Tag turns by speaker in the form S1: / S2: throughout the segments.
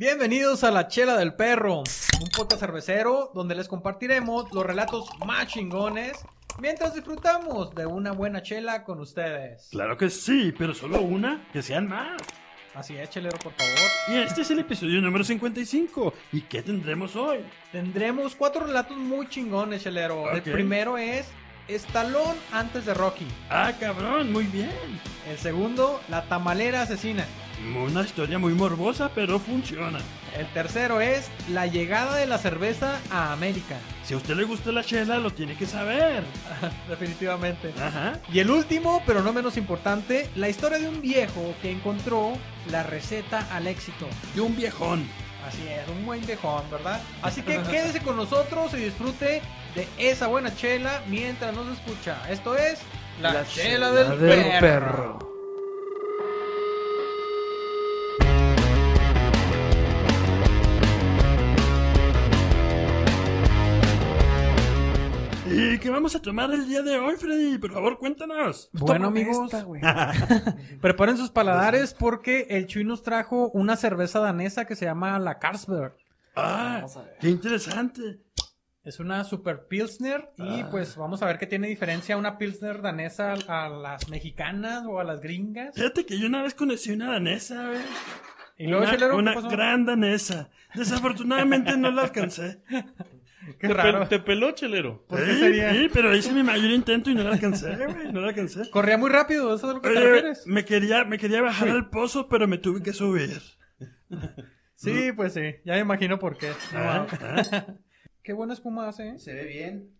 S1: Bienvenidos a La Chela del Perro, un podcast cervecero donde les compartiremos los relatos más chingones mientras disfrutamos de una buena chela con ustedes.
S2: Claro que sí, pero solo una, que sean más.
S1: Así es, chelero, por favor.
S2: Y este es el episodio número 55. ¿Y qué tendremos hoy?
S1: Tendremos cuatro relatos muy chingones, chelero. El
S2: Ok.
S1: primero es Estalón antes de Rocky.
S2: Ah, cabrón, muy bien.
S1: El segundo, La Tamalera Asesina.
S2: Una historia muy morbosa, pero funciona.
S1: El tercero es La Llegada de la Cerveza a América.
S2: Si a usted le gusta la chela, lo tiene que saber.
S1: Definitivamente.
S2: Ajá.
S1: Y el último, pero no menos importante, la historia de un viejo que encontró la receta al éxito.
S2: De un viejón.
S1: Así es, un buen viejón, ¿verdad? Así que quédese con nosotros y disfrute de esa buena chela mientras nos escucha. Esto es La, Chela, del, perro.
S2: ¿Y qué vamos a tomar el día de hoy, Freddy? Por favor, cuéntanos.
S1: Bueno, amigos, preparen sus paladares porque el Chuy nos trajo una cerveza danesa que se llama la Carlsberg.
S2: Ah,
S3: Vamos a ver.
S2: qué interesante.
S1: Es una super pilsner y
S3: Ah.
S1: pues vamos a ver qué tiene diferencia una pilsner danesa a las mexicanas o a las gringas.
S2: Fíjate que yo una vez conocí una danesa, ¿ves?
S1: Y luego,
S2: una,
S1: chelero, ¿qué
S2: una
S1: pasó?
S2: gran danesa. Desafortunadamente no la alcancé.
S1: Qué
S4: Te, pe-
S1: raro.
S4: te peló, chelero.
S1: ¿Por qué
S2: Sí,
S1: sería?
S2: sí, pero hice mi mayor intento y no la alcancé, güey, no la alcancé.
S1: Corría muy rápido, ¿eso es a lo que te
S2: Oye,
S1: refieres?
S2: me quería, me quería bajar al pozo, pero me tuve que subir.
S1: Sí, pues sí, ya me imagino por qué. No,
S2: Ah,
S1: wow.
S2: ah.
S1: Qué buena espuma hace, ¿eh?
S3: Se ve bien.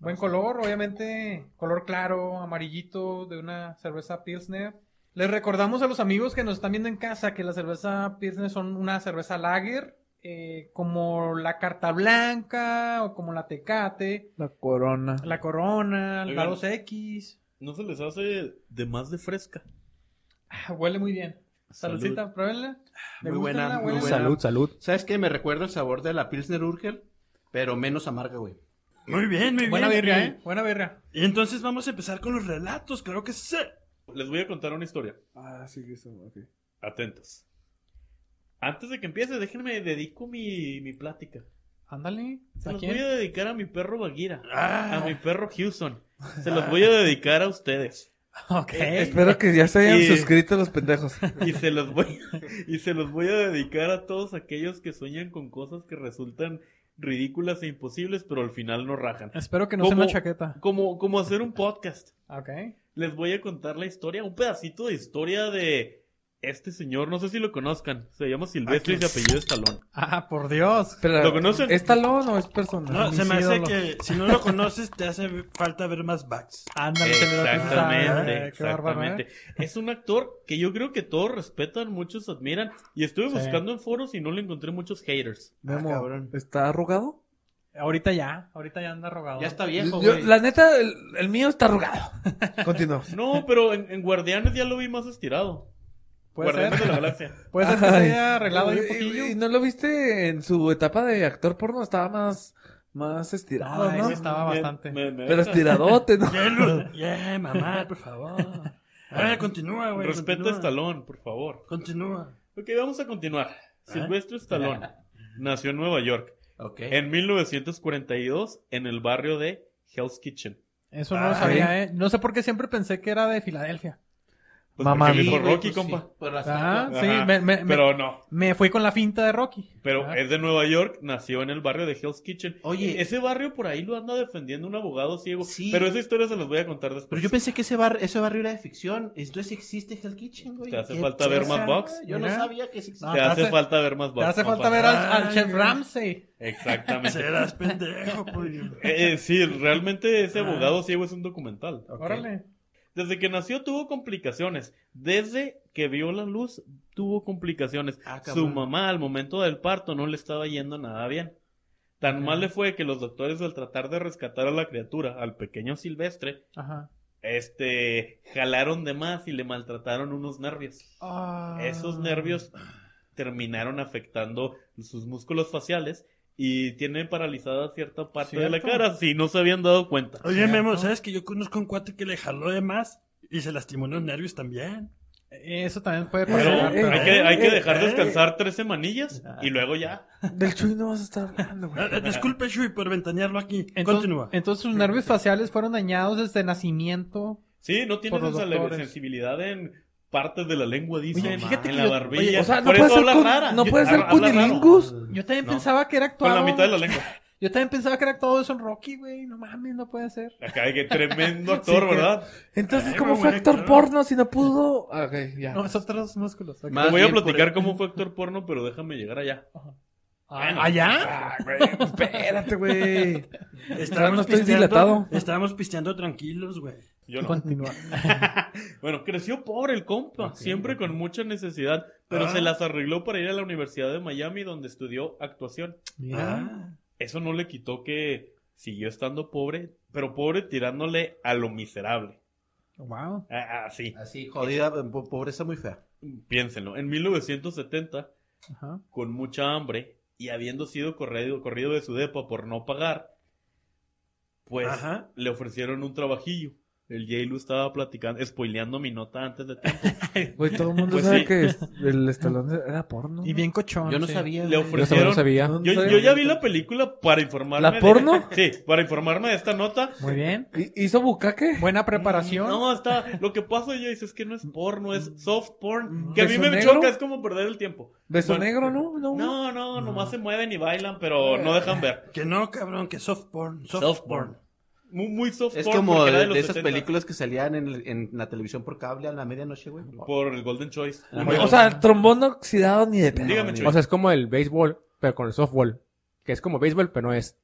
S1: Buen color, obviamente, color claro, amarillito de una cerveza Pilsner. Les recordamos a los amigos que nos están viendo en casa que la cerveza Pilsner son una cerveza lager, eh, como la Carta Blanca o como la Tecate,
S5: La corona.
S1: la Corona, la
S4: Oigan.
S1: 2X.
S4: No se les hace de más de fresca.
S1: Ah, huele muy bien.
S4: Salud.
S1: Saludcita, pruébenla.
S3: Muy
S1: ¿Degústenla?
S3: buena, muy
S1: Huele-
S3: buena.
S5: Salud, salud.
S3: ¿Sabes qué? Me recuerda el sabor de la Pilsner Urgel, pero menos amarga, güey.
S2: Muy bien, muy
S1: Buena
S2: bien.
S1: birria, ¿eh? Buena birria.
S2: Y entonces vamos a empezar con los relatos, creo que sí.
S4: Les voy a contar una historia.
S5: Ah, sí que eso, ok.
S4: Atentos. Antes de que empiece, déjenme dedico mi, mi plática.
S1: Ándale.
S4: Se
S1: ¿A
S4: los
S1: quién?
S4: voy a dedicar a mi perro Bagheera.
S2: Ah,
S4: A mi perro Houston. Se
S1: Ah.
S4: los voy a dedicar a ustedes. Eh,
S1: Ok.
S5: Espero que ya se hayan
S4: Y-
S5: suscrito los pendejos.
S4: Y se los voy y se los voy a dedicar a todos aquellos que sueñan con cosas que resultan ridículas e imposibles, pero al final no rajan.
S1: Espero que no sea
S4: ¿Cómo?
S1: una chaqueta.
S4: Como, como hacer un podcast.
S1: Ok.
S4: Les voy a contar la historia, un pedacito de historia de este señor, no sé si lo conozcan, se llama Silvestre y se apellido Estalón.
S1: Ah, por Dios.
S5: Pero,
S4: ¿Lo conocen?
S5: ¿Es talón o es persona?
S2: no, se
S1: Ah,
S2: me
S1: mis
S2: hace
S1: ídolos.
S2: que si no lo conoces te hace falta ver más backs.
S1: Ándale, chelero, tú sabes,
S4: Exactamente,
S1: eh, qué bárbaro, ¿eh?
S4: exactamente. Es un actor que yo creo que todos respetan, muchos admiran, y estuve
S1: Sí.
S4: buscando en foros y no le encontré muchos haters.
S5: Memo,
S3: Ah, cabrón.
S5: ¿Está arrugado?
S1: Ahorita ya, ahorita ya anda rogado.
S3: Ya está viejo,
S5: Yo-
S3: güey.
S5: la neta, el, el mío está arrugado. Continúa.
S4: No, pero en, en Guardianes ya lo vi más estirado.
S1: Puede
S4: Guardianes
S1: ser,
S4: de la Galaxia.
S1: puede ser que se
S5: Ay.
S1: haya arreglado ahí un
S5: Y- y-
S1: poquillo.
S5: ¿Y no lo viste en su etapa de actor porno? Estaba más, más estirado,
S1: Ay,
S5: ¿no?
S1: sí estaba
S4: Me-
S1: bastante. este
S4: me- me
S5: Pero
S4: deja-
S5: estiradote, ¿no?
S2: Ya, lo- ya, mamá, por favor. A ver, continúa, güey.
S4: Respeta a
S2: continúa.
S4: Estalón, por favor.
S2: Continúa.
S4: Ok, vamos a continuar.
S1: ¿Eh?
S4: Silvestre Estalón nació en Nueva York.
S3: Ok.
S4: En 1942, en el barrio de Hell's Kitchen.
S1: Eso no lo
S2: Ah,
S1: sabía, ¿eh? No sé por qué siempre pensé que era de Filadelfia.
S4: Pues
S5: Mamá
S4: porque
S5: mía.
S4: dijo
S3: Sí, güey,
S4: Rocky,
S3: pues
S4: compa.
S3: sí, por la
S1: Ah,
S3: estatua.
S1: sí,
S4: Ajá.
S1: me, me- me-
S4: Pero no,
S1: me fui con la finta de Rocky.
S4: pero
S1: Ah.
S4: es de Nueva York, nació en el barrio de Hell's Kitchen.
S3: Oye.
S4: Ese barrio por ahí lo anda defendiendo un abogado ciego.
S3: Sí.
S4: Pero esa historia se las voy a contar después.
S3: Pero yo pensé que ese, bar, ese barrio era de ficción. Entonces existe Hell Kitchen, güey.
S4: Te hace
S3: ¿Qué
S4: falta ver
S3: pesa?
S4: más Ah, box.
S3: Yo no
S1: Mira.
S3: sabía que existía.
S1: No,
S4: Te
S1: te
S4: hace
S1: hace-
S4: falta ver más
S1: Te hace
S4: box,
S1: falta
S4: compa.
S1: ver al, al
S2: Ay,
S1: Chef
S2: güey.
S1: Ramsey.
S4: Exactamente.
S2: Serás pendejo, por Dios.
S4: Eh, eh, sí, realmente ese abogado ciego es un documental.
S3: Ok.
S1: Órale.
S4: Desde que nació tuvo complicaciones. Desde que vio la luz tuvo complicaciones.
S3: Ah, cabrón.
S4: Su mamá al momento del parto no le estaba yendo nada bien. Tan mal le fue que los doctores al tratar de rescatar a la criatura, al pequeño silvestre,
S1: Ajá.
S4: este, jalaron de más y le maltrataron unos nervios.
S1: Ah.
S4: Esos nervios terminaron afectando sus músculos faciales y tiene paralizada cierta parte de la
S1: Cierto.
S4: cara si no se habían dado cuenta.
S2: Oye,
S1: Cierto.
S2: Memo, ¿sabes que yo conozco un cuate que le jaló de más y se lastimó los nervios también?
S1: Eso también puede
S4: Pero
S1: pasar.
S5: Eh,
S1: pero-
S4: hay que, hay que dejar
S5: eh,
S4: descansar tres semanillas y luego ya.
S5: Del Chuy no vas a estar hablando, güey.
S2: Eh, eh, disculpe, Shui, por ventanearlo aquí.
S1: Entonces, eh,
S2: Continúa.
S1: entonces sus nervios faciales fueron dañados desde nacimiento.
S4: Sí, no tienes
S1: Por los
S4: esa le-
S1: doctores.
S4: sensibilidad en partes de la lengua, dicen.
S1: Oye, fíjate
S4: en
S1: que
S4: la
S1: yo-
S4: barbilla.
S5: Oye, o sea, no
S4: Por
S5: puede
S4: eso
S5: ser
S4: habla
S5: cun-
S4: rara.
S5: no puede
S4: Habla-
S5: ser
S4: habla raro.
S5: cunilingus.
S1: Yo también
S4: No.
S1: pensaba que era
S4: Con
S1: actuado.
S4: la mitad de la lengua.
S1: Yo también pensaba que era actuado eso en Rocky, güey. No mames, no puede ser.
S4: Acá hay que tremendo actor, ¿verdad?
S5: Entonces,
S2: Ay,
S5: ¿cómo
S2: güey,
S5: fue
S2: güey,
S5: actor
S2: claro.
S5: porno si no pudo? Ah, Ok, ya.
S1: No, es otros músculos. ok.
S3: Más
S4: Te voy a
S3: bien por-
S4: platicar cómo fue actor porno, pero déjame llegar allá.
S1: Ah, ¿Allá?
S5: Ah, güey, espérate, güey.
S2: Estábamos
S5: no estoy
S2: pisteando-
S5: dilatado.
S2: Estábamos pisteando tranquilos, güey.
S4: Yo no.
S1: Continúa.
S4: Bueno, creció pobre el compa, siempre con mucha necesidad, pero
S2: Ah.
S4: se las arregló para ir a la Universidad de Miami donde estudió actuación.
S1: Mira.
S2: Ah.
S4: Eso no le quitó que siguió estando pobre, pero pobre tirándole a lo miserable.
S1: Wow.
S4: Ah, ah, sí.
S3: Así, jodida, em, po- pobreza muy fea.
S4: Piénsenlo, en 1970,
S1: Ajá.
S4: con mucha hambre y habiendo sido corrido, corrido de su depa por no pagar, pues
S2: Ajá.
S4: le ofrecieron un trabajillo. El J-Lo estaba platicando, spoileando mi nota antes de tiempo.
S5: Güey, todo el mundo
S4: Pues
S5: sabe
S4: sí.
S5: que es- el estalón era porno.
S1: Y bien cochón.
S3: Yo no
S1: sí.
S3: sabía.
S4: Le
S3: güey.
S5: Yo también lo
S4: ofrecieron.
S5: sabía.
S4: Yo, yo ya vi la película para informarme.
S5: ¿La porno?
S4: De, sí, para informarme de esta nota.
S1: Muy bien.
S5: ¿Hi- ¿Hizo bucaque?
S1: Buena preparación.
S4: No, está. Lo que pasa, Jace, es que no es porno, es soft porn. Que a mí
S5: ¿Beso
S4: me
S5: negro?
S4: choca, es como perder el tiempo.
S5: Beso
S4: Bueno,
S5: negro, ¿no? No.
S4: No, no, nomás se mueven y bailan, pero no dejan ver.
S2: Que no, cabrón, que soft porn. Soft,
S4: Soft porn.
S2: porn.
S4: Muy, muy soft
S3: Es
S4: porn.
S3: como
S4: porque
S3: de,
S4: era los
S3: de esas
S4: 70.
S3: películas que salían en, el- en la televisión por cable a la medianoche, güey.
S4: Por el Golden Choice.
S5: Güey, O sea, trombón no oxidado ni de pedo.
S4: Dígame,
S5: güey.
S4: Chuy.
S6: O sea, es como el béisbol, pero con el softball. Que es como béisbol, pero no es.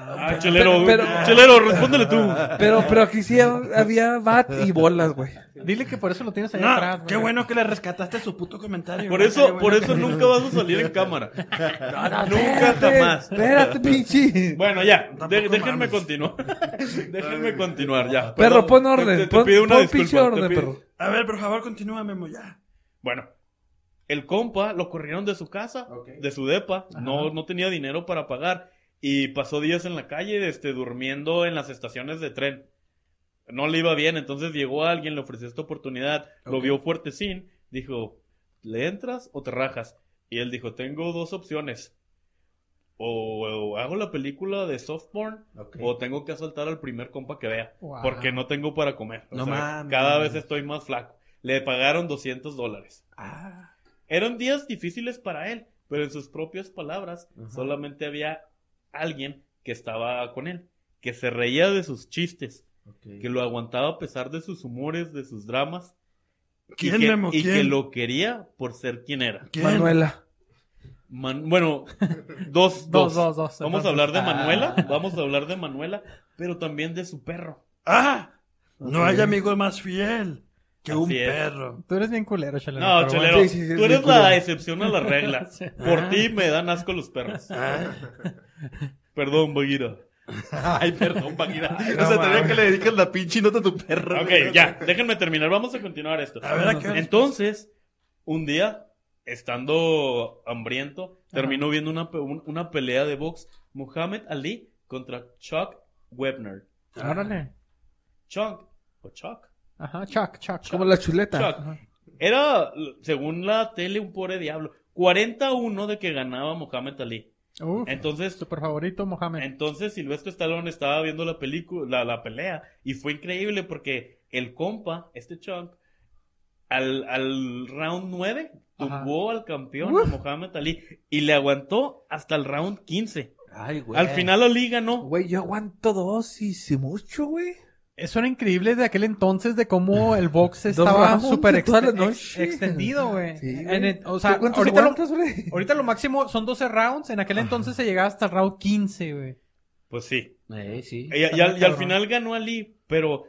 S4: Ah, chelero,
S5: pero-
S4: güey. chelero, respóndele tú.
S5: Pero, pero aquí sí había bat y bolas, güey.
S1: Dile que por eso lo tienes allá
S2: No,
S1: atrás. güey.
S2: qué bueno que le rescataste su puto comentario.
S4: Por
S2: güey, qué
S4: eso,
S2: bueno
S4: por eso
S2: que-
S4: nunca vas a salir en cámara.
S5: No, no,
S4: Nunca
S5: espérate,
S4: jamás.
S5: Espérate, pinche.
S4: Bueno, ya,
S2: Tampoco
S4: de- déjenme
S2: mames.
S4: continuar. déjenme continuar,
S5: Perro,
S4: ya. Perdón,
S5: pon
S4: te-
S5: orden.
S4: te- te
S5: pon
S4: pido una
S5: pon
S4: disculpa,
S5: pinche
S4: te
S5: orden,
S4: pido-
S5: perro.
S2: A ver, por favor, continúa, Memo, ya.
S4: Bueno, el compa lo corrieron de su casa, de su depa. No, no tenía dinero para pagar. Y pasó días en la calle, este, durmiendo en las estaciones de tren. No le iba bien, entonces llegó alguien, le ofreció esta oportunidad, lo
S2: Ok.
S4: vio fuertecín, dijo, ¿le entras o te rajas? Y él dijo, tengo dos opciones. O, o hago la película de soft porn o tengo que asaltar al primer compa que vea.
S1: Wow.
S4: Porque no tengo para comer. O
S3: No
S4: sea,
S3: mames.
S4: Cada vez estoy más flaco. Le pagaron 200 dólares.
S3: Ah,
S4: Eran días difíciles para él, pero en sus propias palabras, solamente había alguien que estaba con él, que se reía de sus chistes, que lo aguantaba a pesar de sus humores, de sus dramas,
S2: ¿Quién,
S4: y, que,
S2: Memo?
S4: y
S2: ¿Quién?
S4: que lo quería por ser quien era.
S2: ¿Quién?
S5: Manuela.
S4: Man- bueno,
S1: Dos,
S4: dos, dos.
S1: dos, dos.
S4: Vamos
S1: entonces.
S4: a hablar de Manuela, vamos a hablar de Manuela, pero también de su perro.
S2: ¡Ah! No
S5: Ok.
S2: hay amigo más fiel que
S4: Así
S2: un
S4: es.
S2: perro.
S1: Tú eres bien culero, Chelero.
S4: No,
S1: pero
S4: Chelero,
S5: bueno. Sí, sí, sí,
S4: tú
S5: es
S4: eres
S5: muy
S4: la
S5: culero.
S4: excepción a la regla. Por ti me dan asco los perros.
S2: Ah,
S4: Perdón, Bagheera. Ay, perdón, Bagheera.
S3: o sea, todavía que le dedicas la pinche nota a tu perro.
S4: Ok, ya, déjenme terminar. Vamos a continuar esto.
S2: a ver, ¿a qué hora?
S4: Entonces, un día, estando hambriento, terminó viendo una, pe- un- una pelea de box. Muhammad Ali contra Chuck Webner.
S1: bueno. Órale.
S4: Chuck, o Chuck.
S1: Ajá, Chuck, Chuck.
S5: Como la chuleta.
S4: Chuck. Era, según la tele, un pobre diablo. 41 de que ganaba Muhammad Ali.
S1: Uf,
S4: Entonces,
S1: super favorito, Mohamed.
S4: Entonces Silvestre Stallone estaba viendo la película, la, la pelea, y fue increíble porque el compa, este Chunk, al, al round 9
S1: Ajá.
S4: tumbó al campeón, a Mohamed Ali, y le aguantó hasta el round 15.
S3: Ay,
S1: Pues.
S3: güey.
S4: Al final Ali ganó.
S5: Güey, yo aguanto dos y si mucho, güey.
S1: Eso era increíble de aquel entonces de cómo el box estaba
S5: Dormamos
S1: súper ex-
S5: toda la
S1: ex-
S5: noche.
S1: extendido, güey.
S5: Sí, güey.
S1: En el- o sea,
S5: ¿Tú cuántos
S1: ahorita lo,
S5: aguantas, güey?
S1: ahorita lo máximo son 12 rounds. En aquel entonces se llegaba hasta el round 15, güey.
S4: Pues sí.
S3: Eh, sí.
S4: Y, y
S1: Está
S4: al,
S1: muy
S4: y al
S1: cabrón.
S4: final ganó Ali, pero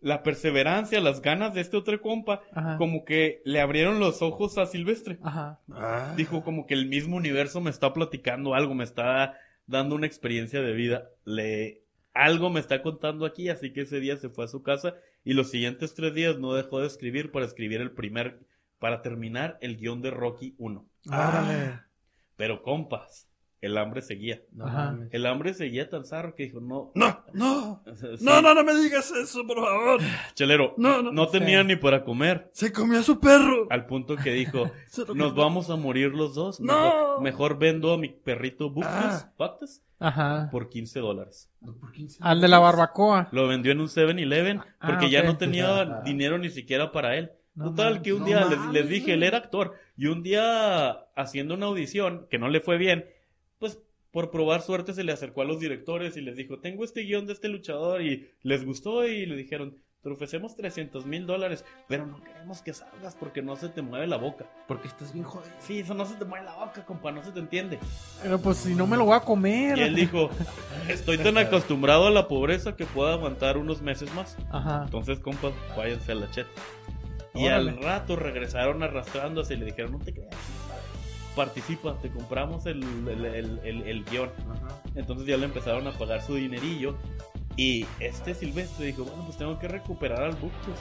S4: la perseverancia, las ganas de este otro compa,
S1: Ajá.
S4: como que le abrieron los ojos a Silvestre.
S1: Ajá.
S2: ah.
S4: Dijo como que el mismo universo me está platicando algo, me está dando una experiencia de vida. Le algo me está contando aquí, así que ese día se fue a su casa y los siguientes tres días no dejó de escribir para escribir el primer, para terminar el guión de Rocky 1.
S2: Ah.
S1: Órale.
S4: Pero compas, el hambre seguía.
S3: No
S1: Ajá.
S3: mames.
S4: El hambre seguía tan zarro que dijo, no.
S2: No, no.
S4: Sí.
S2: No, no, no me digas eso, por favor.
S4: Chelero,
S2: No,
S4: no,
S2: no.
S4: tenía ni para comer.
S2: Se comió a su perro.
S4: Al punto que dijo,
S2: Se lo
S4: nos
S2: comió.
S4: vamos a morir los dos.
S2: No.
S4: Mejor, mejor vendo a mi perrito Buctus
S2: Ah.
S4: Buctus,
S1: Ajá.
S4: por 15 dólares.
S3: ¿Por qué se-
S1: Al de la barbacoa.
S4: Lo vendió en un 7-Eleven porque
S1: Ah,
S4: ya
S1: ok.
S4: no tenía
S3: Ah.
S4: dinero ni siquiera para él.
S1: No
S4: Total,
S1: mames.
S4: que un
S3: No
S4: día les- les,
S3: mames,
S4: dije,
S3: güey.
S4: él era actor. Y un día, haciendo una audición que no le fue bien, pues por probar suerte se le acercó a los directores y les dijo, tengo este guión de este luchador y les gustó y le dijeron, te ofrecemos 300 mil dólares, pero no queremos que salgas porque no se te mueve la boca.
S3: Porque estás bien jodido.
S4: Sí, eso no se te mueve la boca, compa, no se te entiende.
S1: Pero pues si no me lo voy a comer.
S4: Y él dijo, estoy tan acostumbrado a la pobreza que puedo aguantar unos meses más.
S1: Ajá.
S4: Entonces, compas, váyanse a la chat. Y
S1: Órale.
S4: al rato regresaron arrastrándose y le dijeron, no te creas, compadre. participa, te compramos el, el, el- el- el guión.
S3: Ajá.
S4: Entonces ya le empezaron a pagar su dinerillo. Y este Silvestre dijo, bueno, pues tengo que recuperar al pues, Buctus.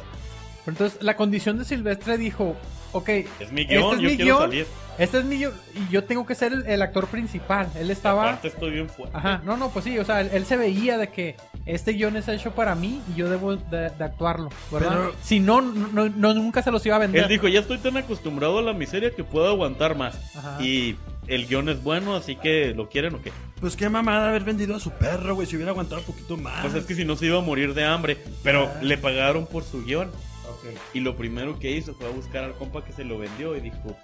S1: Pero entonces la condición de Silvestre dijo, ok,
S4: Es mi
S1: Este
S4: guión,
S1: es
S4: yo
S1: mi
S4: quiero
S1: guión.
S4: salir.
S1: este es mi yo- y yo tengo que ser el, el actor principal. Él estaba...
S4: Aparte estoy bien fuerte.
S1: Ajá, no, no, pues sí, o sea, él, él se veía de que este guión es hecho para mí y yo debo de, de actuarlo, ¿verdad?
S2: Pero-
S1: Si no, no, no, nunca se los iba a
S4: Él
S1: vender.
S4: dijo, ya estoy tan acostumbrado a la miseria que puedo aguantar más.
S1: Ajá.
S4: Y el guión es bueno, así que lo quieren o qué.
S2: Pues qué mamada haber vendido a su perro, güey. Si hubiera aguantado un poquito más.
S1: Ah.
S4: Pues es que si no se iba a morir de hambre, pero le pagaron por su guión.
S3: Ok.
S4: Y lo primero que hizo fue a buscar al compa que se lo vendió y dijo,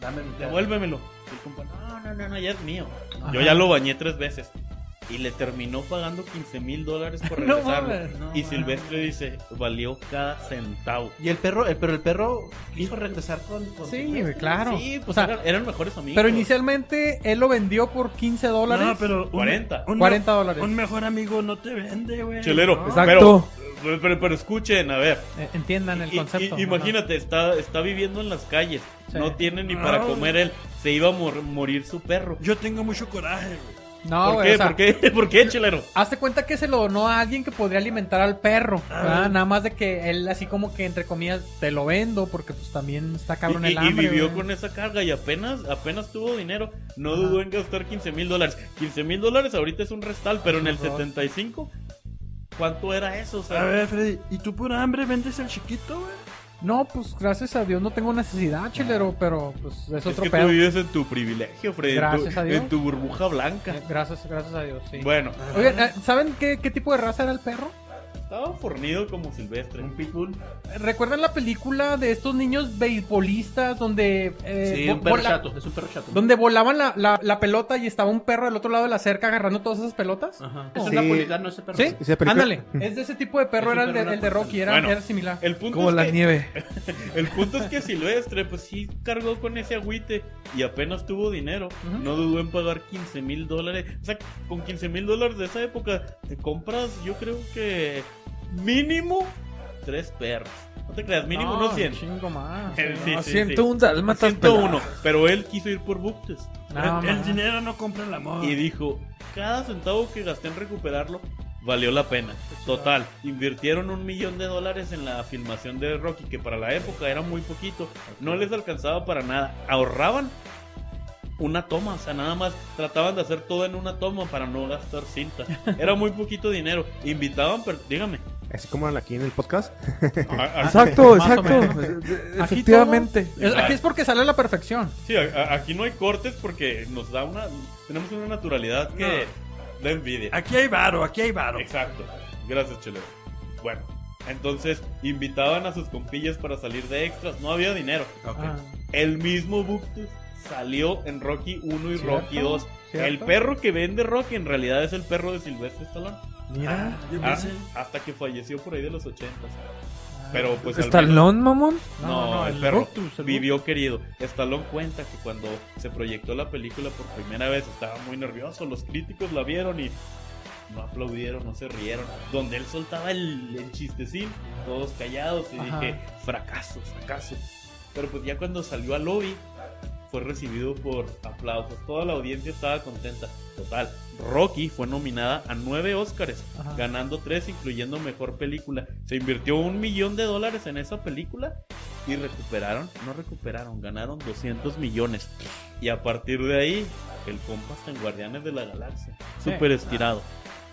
S3: Dame mi
S4: devuélvemelo. Y el compa, no, no, no, no, ya es mío.
S1: Ajá.
S4: Yo ya lo bañé tres veces. Y le terminó pagando 15 mil dólares por
S1: No
S4: regresarlo.
S1: mames.
S4: y Silvestre dice, valió cada centavo.
S3: Y el perro, el, pero el perro quiso regresar con. con
S1: Sí,
S3: Silvestre.
S1: claro.
S4: Sí, pues
S1: O sea,
S4: eran, eran mejores amigos.
S1: Pero inicialmente él lo vendió por 15 dólares.
S2: No, pero. un-
S4: 40.
S2: un-
S1: 40 dólares.
S2: Un mejor amigo no te vende, güey.
S4: Chelero,
S2: No.
S4: pero, pero, pero escuchen, a ver.
S1: Eh, Entiendan el
S4: I-
S1: concepto.
S4: i- imagínate, está, está viviendo en las calles.
S1: Sí.
S4: No tiene ni para
S2: No.
S4: comer él. Se iba a mor- morir su perro.
S2: Yo tengo mucho coraje, güey.
S1: No,
S4: ¿Por,
S1: güey,
S4: qué?
S1: o sea,
S4: ¿Por qué? ¿Por qué, chelero?
S1: Hazte cuenta que se lo donó a alguien que podría alimentar al perro.
S4: Ah.
S1: ¿verdad? Nada más de que él así como que entre comillas te lo vendo porque pues también está cabrón
S4: Y, y-
S1: el
S4: y
S1: hambre.
S4: vivió
S1: güey.
S4: con esa carga y apenas, apenas tuvo dinero. No
S1: Ajá.
S4: dudó en gastar 15 mil dólares. 15 mil dólares ahorita es un restal, pero en el 75, ¿cuánto era eso? O sea,
S2: A ver, Freddy, ¿y tú por hambre vendes al chiquito, güey?
S1: No, pues gracias a Dios no tengo necesidad, chilero, pero pues es
S4: Ah. es
S1: otro
S4: que
S1: pedo.
S4: tú vives en tu privilegio, Freddy. en tu-
S1: Gracias a Dios.
S4: En tu burbuja blanca.
S1: Eh, Gracias, gracias a Dios, sí.
S4: Bueno,
S1: Oye, eh, ¿saben qué, qué tipo de raza era el perro?
S4: estaba fornido como silvestre.
S3: Un pitbull.
S1: Eh, ¿Recuerdan la película de estos niños beisbolistas donde... eh,
S3: Sí,
S1: vo-
S3: un perro
S1: vola-
S3: chato. Es un perro chato.
S1: Donde volaban la, la- la pelota y estaba un perro al otro lado de la cerca agarrando todas esas pelotas.
S3: Ajá.
S1: Sí.
S3: Es un napolitano ese perro.
S1: ¿Sí?
S6: Esa película-
S1: Ándale. Es de ese tipo de perro,
S3: Es un
S1: era el de,
S3: perro
S1: el de Rocky, era,
S4: Bueno.
S1: era similar.
S4: El punto
S5: Como
S4: es
S5: la
S4: que-
S5: nieve.
S4: El punto es que Silvestre, pues sí cargó con ese agüite y apenas tuvo dinero.
S1: Ujú.
S4: No dudó en pagar 15 mil dólares. O sea, con 15 mil dólares de esa época, te compras, yo creo que mínimo tres perros. No te creas, mínimo
S1: No,
S4: unos 100.
S1: un chingo más.
S4: El- sí,
S5: No,
S4: sí,
S5: 101 dálmatas,
S4: 101. Pero él quiso ir por Buctes
S1: No,
S2: el, el
S1: más.
S2: dinero no compra el amor.
S4: y dijo: cada centavo que gasté en recuperarlo valió la pena. Total, invirtieron un millón de dólares en la filmación de Rocky, que para la época era muy poquito. No les alcanzaba para nada. Ahorraban una toma, o sea, nada más trataban de hacer todo en una toma para no gastar cinta. Era muy poquito dinero. Invitaban, pero dígame.
S6: Así como aquí en el podcast.
S4: A- a-
S5: Exacto,
S1: Más o
S5: exacto.
S1: Aquí
S5: Efectivamente.
S1: Es- aquí es porque sale a la perfección.
S4: sí, a- a- aquí no hay cortes porque nos da una. Tenemos una naturalidad que da envidia.
S2: Aquí hay varo, aquí hay varo.
S4: Exacto. Gracias, Chelero. Bueno, entonces invitaban a sus compillas para salir de extras. No había dinero.
S3: Ok.
S1: Ah,
S4: El mismo Buctus salió en Rocky 1 y
S1: ¿Cierto?
S4: Rocky 2.
S1: ¿Cierto?
S4: El perro que vende Rocky en realidad es el perro de Silvestre Stallone.
S5: Mira.
S2: Yo
S4: Ah,
S2: pensé,
S4: hasta que falleció por ahí de los 80.
S1: Ah.
S4: Pero pues. al menos-
S5: ¿Stallón, mamón?
S4: No,
S1: No, no,
S4: el,
S1: el
S4: perro
S1: Buctus, el
S4: vivió querido. Stallone cuenta que cuando se proyectó la película por primera vez estaba muy nervioso. Los críticos la vieron y no aplaudieron, no se rieron. Donde él soltaba el, el chistecín, todos callados y
S1: Ajá.
S4: dije, fracaso, fracaso. Pero pues ya cuando salió al lobby fue recibido por aplausos. Toda la audiencia estaba contenta. Total, Rocky fue nominada a nueve Óscares,
S1: Ajá.
S4: ganando tres, incluyendo mejor película. Se invirtió un millón de dólares en esa película y recuperaron, no recuperaron, ganaron 200 millones. Y a partir de ahí El compa está en Guardianes de la Galaxia.
S1: Sí. Ah.
S4: Súper estirado.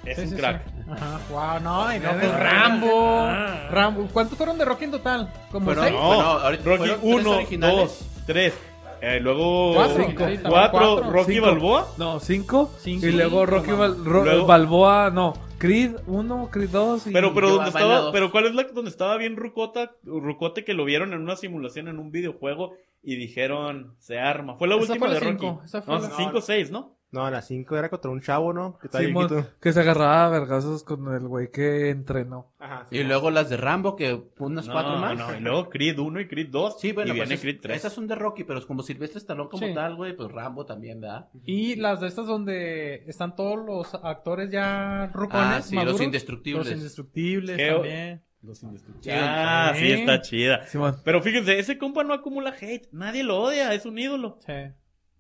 S4: Es
S1: Sí,
S4: un
S1: sí,
S4: crack.
S1: sí. Ajá. Wow, no, y no,
S5: Ah,
S1: pues Rambo. Rambo. ¿Cuántos fueron de Rocky en total? ¿Como
S3: Fueron-
S1: seis?
S4: No,
S3: Bueno, ahorita
S4: Rocky
S3: fueron tres
S4: 1,
S3: originales.
S4: 2, 3. Eh, luego
S1: Cuatro,
S4: 4,
S1: sí, también cuatro.
S4: Rocky
S5: Cinco.
S4: Balboa.
S5: No, cinco.
S1: Cinco.
S5: Y luego
S1: Cinco,
S5: Rocky
S1: mamá.
S5: Bal- Ro-
S4: Luego-
S5: Balboa, no. Creed 1, Creed 2. Y...
S4: Pero, pues, pero
S3: Yo
S4: donde
S3: bailaba
S4: estaba,
S3: dos.
S4: pero cuál es la donde estaba bien Rucota, Rucote que lo vieron en una simulación en un videojuego y dijeron se arma. Fue la
S1: Esa
S4: última
S1: fue la
S4: de Rocky.
S1: cinco, esa fue
S4: no,
S1: la-
S4: 5 o 6, ¿no?
S7: No, en las 5 era contra un
S6: Ah,
S7: chavo, ¿no? Que estaba
S5: Simón,
S7: viejito.
S5: que se agarraba a vergazos con el güey que entrenó.
S6: Ah,
S7: Ajá, sí,
S3: Y luego las de Rambo, que unas
S4: No,
S3: cuatro más.
S4: no, y luego Creed 1 y Creed 2.
S3: Sí, bueno,
S4: y
S3: pues
S4: viene
S3: es-
S4: Creed 3.
S3: esas son de Rocky, pero es como Silvestre Stallone como
S1: Sí.
S3: tal, güey, pues Rambo también, ¿verdad?
S1: Y las de estas donde están todos los actores ya rucones,
S3: Ah, sí,
S1: maduros.
S3: los indestructibles.
S1: Los indestructibles
S4: Creo-
S1: también.
S4: Los indestructibles. Ah, sí,
S1: Sí.
S4: está chida.
S5: Simón.
S4: Pero fíjense, ese compa no acumula hate, nadie lo odia, es un ídolo.
S1: Sí.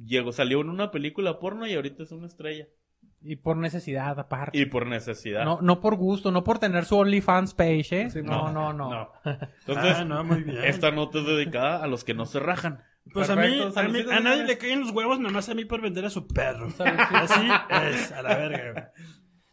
S4: Llegó, salió en una película porno y ahorita es una estrella.
S1: Y por necesidad, aparte.
S4: Y por necesidad.
S1: No, no por gusto, no por tener su OnlyFans page, ¿eh?
S5: Sí,
S1: no, no, no,
S4: Entonces,
S2: ah, no, muy bien.
S4: esta nota es dedicada a los que no se rajan.
S2: Pues
S1: Perfecto,
S2: a mí, a, mí-
S1: saludcita,
S2: a nadie
S1: señores.
S2: le caen los huevos, nomás a mí por vender a su perro.
S1: Saludcita.
S2: Así es, a la verga. güey.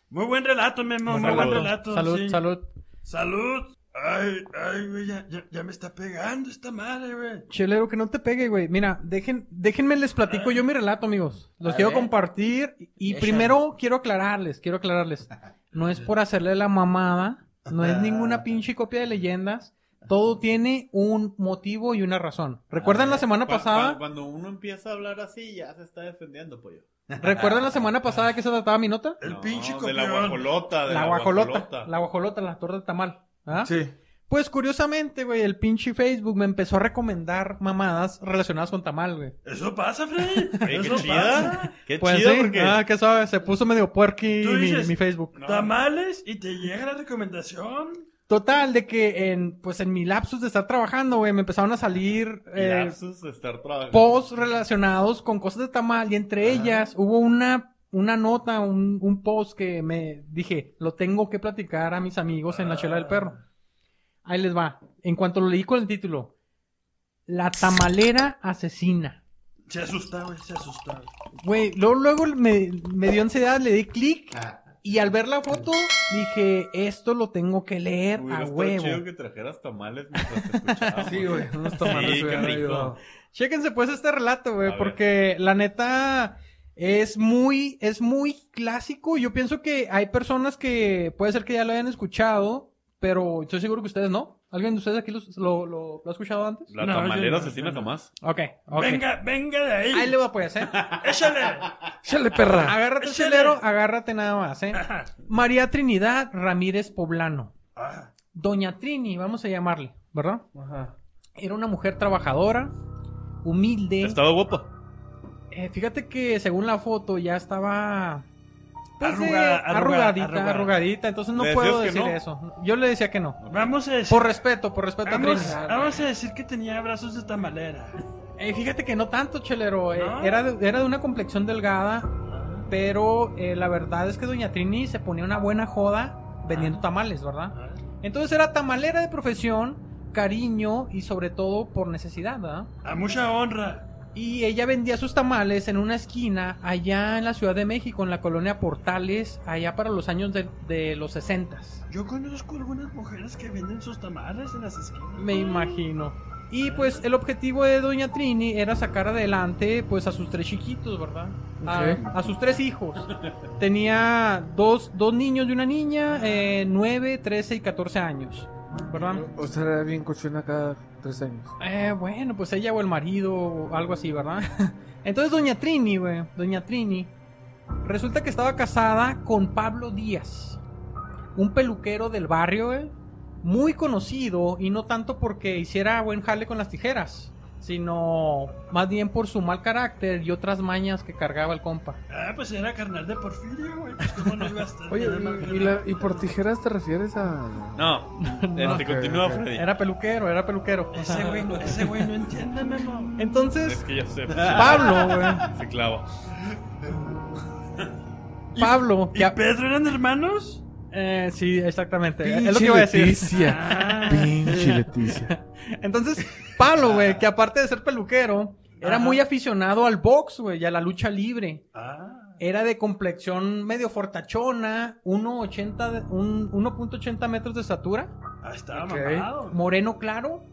S2: Muy buen relato, Memo, muy,
S4: Salud.
S2: buen relato.
S1: Salud,
S2: sí.
S1: salud.
S2: Salud. Ay, ay, güey, ya, ya, ya me está pegando esta madre, güey.
S1: Chelero, que no te pegue, güey. Mira, dejen, déjenme les platico yo mi relato, amigos. Los
S3: A
S1: quiero
S3: ver.
S1: compartir. Y y
S3: Échale.
S1: primero quiero aclararles, quiero aclararles. No es por hacerle la mamada, no es ninguna pinche copia de leyendas. Todo tiene un motivo y una razón. ¿Recuerdan la semana
S4: Cu-
S1: pasada?
S4: cu- Cuando uno empieza a hablar así, ya se está defendiendo, pollo.
S1: ¿Recuerdan la semana pasada de qué se trataba mi nota?
S2: El
S4: No,
S2: pinche
S4: De la
S2: copión.
S4: guajolota, de
S1: La guajolota. La guajolota, la torta de tamal. ¿Ah?
S2: Sí.
S1: Pues curiosamente, güey, el pinche Facebook me empezó a recomendar mamadas relacionadas con tamal, güey.
S2: Eso pasa, Freddy.
S4: Ey,
S2: Eso
S4: qué
S2: pasa.
S4: chida. Qué
S1: Pues
S4: chida
S1: sí,
S4: porque.
S1: ah, qué suave, se puso medio puerqui
S2: Tú
S1: mi-
S2: dices-
S1: mi Facebook.
S4: No.
S2: Tamales y te llega la recomendación.
S1: Total, de que en, pues en mi lapsus de estar trabajando, güey, me empezaron a salir eh,
S4: Lapsus de estar trabajando.
S1: posts relacionados con cosas de tamal y entre ellas hubo una, una nota, un, un post que me dije, lo tengo que platicar a mis amigos en la chela del perro. Ahí les va. En cuanto lo leí con el título, La tamalera asesina.
S2: Se asustaba, güey, se asustaba.
S1: Güey, luego, luego me, me dio ansiedad, le di clic
S3: Ah,
S1: y al ver la foto dije, esto lo tengo que leer
S4: Hubiera
S1: a
S4: estado
S1: huevo.
S4: chido que trajeras tamales mientras te escuchábamos.
S5: Sí, güey. Unos tamales
S4: Ah, Sí, qué
S5: hubieran
S4: rico.
S5: ayudado.
S1: Chéquense pues este relato,
S4: A
S1: güey,
S4: ver.
S1: porque la neta es muy, es muy clásico. Yo pienso que hay personas que puede ser que ya lo hayan escuchado, pero estoy seguro que ustedes no. ¿Alguien de ustedes aquí los- lo, lo- lo ha escuchado antes?
S4: La
S2: No,
S4: tamalera
S2: yo no,
S4: asesina
S2: yo no.
S4: jamás.
S1: Ok, ok.
S2: Venga, venga de ahí.
S1: Ahí le va pues, ¿eh?
S2: Échale.
S5: ¡Échale, perra!
S1: Agárrate,
S2: Échale.
S1: chelero, agárrate nada más, ¿eh? María Trinidad Ramírez Poblano.
S2: Ah,
S1: Doña Trini, vamos a llamarle, ¿verdad?
S5: Ajá.
S1: Era una mujer trabajadora, humilde.
S4: Estaba guapa.
S1: Eh, fíjate que según la foto ya estaba pues,
S2: Arrugada,
S1: eh,
S2: arrugada,
S1: arrugadita,
S2: arrugada.
S1: arrugadita, entonces no
S4: ¿Le
S1: puedo
S4: decías que
S1: decir
S4: no?
S1: eso. Yo le decía que no.
S2: Vamos a decir.
S1: Por respeto, por respeto a
S2: Vamos,
S1: Trini.
S2: vamos a decir que tenía brazos de tamalera.
S1: Eh, fíjate que no tanto, chelero. eh,
S2: ¿No?
S1: era, de, era de una complexión delgada, pero eh, la verdad es que Doña Trini se ponía una buena joda vendiendo
S2: Ah.
S1: tamales, ¿verdad? Entonces era tamalera de profesión, cariño y sobre todo por necesidad, ¿verdad?
S2: A mucha honra.
S1: Y ella vendía sus tamales en una esquina allá en la Ciudad de México, en la colonia Portales, allá para los años de, de los 60.
S2: Yo conozco algunas mujeres que venden sus tamales en las esquinas.
S1: Me imagino. Y pues el objetivo de Doña Trini era sacar adelante pues a sus tres chiquitos, ¿verdad? A,
S5: Ok.
S1: a sus tres hijos. Tenía dos, dos niños y una niña, eh, 9, 13 y 14 años, ¿verdad?
S5: O sea, era bien cochina cada tres años.
S1: Eh, bueno, pues ella o el marido o algo así, ¿verdad? Entonces Doña Trini, güey, Doña Trini, resulta que estaba casada con Pablo Díaz, un peluquero del barrio, güey, muy conocido y no tanto porque hiciera buen jale con las tijeras, sino más bien por su mal carácter y otras mañas que cargaba el compa.
S2: Ah, pues era carnal de Porfirio, güey. Pues cómo no iba a estar.
S5: Oye, ¿y, y la- y por tijeras te refieres a...?
S4: No,
S1: No,
S4: este,
S5: ok,
S4: continúa,
S5: ok.
S4: Freddy.
S1: Era peluquero, era peluquero.
S2: Ese güey no, ese güey no entiende, Memo.
S4: Es
S1: Entonces,
S4: que ya sé.
S1: Pablo, güey,
S4: Se clava.
S1: Pablo,
S2: ¿Y
S1: que a-
S2: Pedro eran hermanos?
S1: eh, sí, exactamente, es lo
S5: Pinche
S1: que iba a decir.
S2: Ah.
S5: Leticia. Pinche Leticia.
S1: Entonces, Pablo, güey, que aparte de ser peluquero, Era
S2: Ajá.
S1: muy aficionado al box, güey, y a la lucha libre.
S2: Ah,
S1: Era de complexión medio fortachona, 1.80 de- un- 1.80 metros de estatura,
S2: ah, estaba
S5: Ok.
S2: mamado.
S1: moreno claro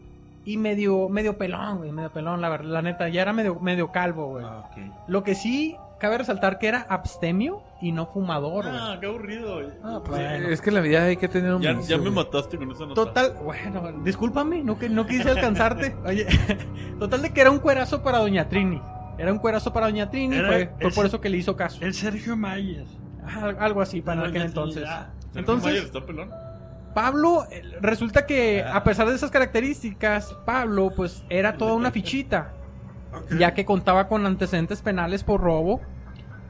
S1: y medio, medio pelón, güey, medio pelón, la, ver- la neta. Ya era medio, medio calvo, güey.
S2: Ah, ok.
S1: Lo que sí cabe resaltar que era abstemio y no fumador, güey.
S4: Ah, qué aburrido.
S1: Ah,
S5: Sí,
S1: bueno.
S5: Es que en la vida hay que tener un.
S4: Ya,
S5: vicio,
S4: ya me
S5: güey.
S4: mataste con esa nota.
S1: Total, bueno, discúlpame, no, que, no quise alcanzarte. Oye, total de que era un cuerazo para Doña Trini. Era un cuerazo para Doña Trini,
S2: Era
S1: fue, fue
S2: el-
S1: por eso que le hizo caso.
S2: El Sergio Mayer.
S1: Al- Algo así para
S2: Doña
S1: aquel
S2: Trinidad.
S1: entonces.
S4: Sergio
S1: Entonces,
S4: Mayer está pelón.
S1: Pablo, eh, resulta que a pesar de esas características, Pablo pues era toda una fichita, ya que contaba con antecedentes penales por robo.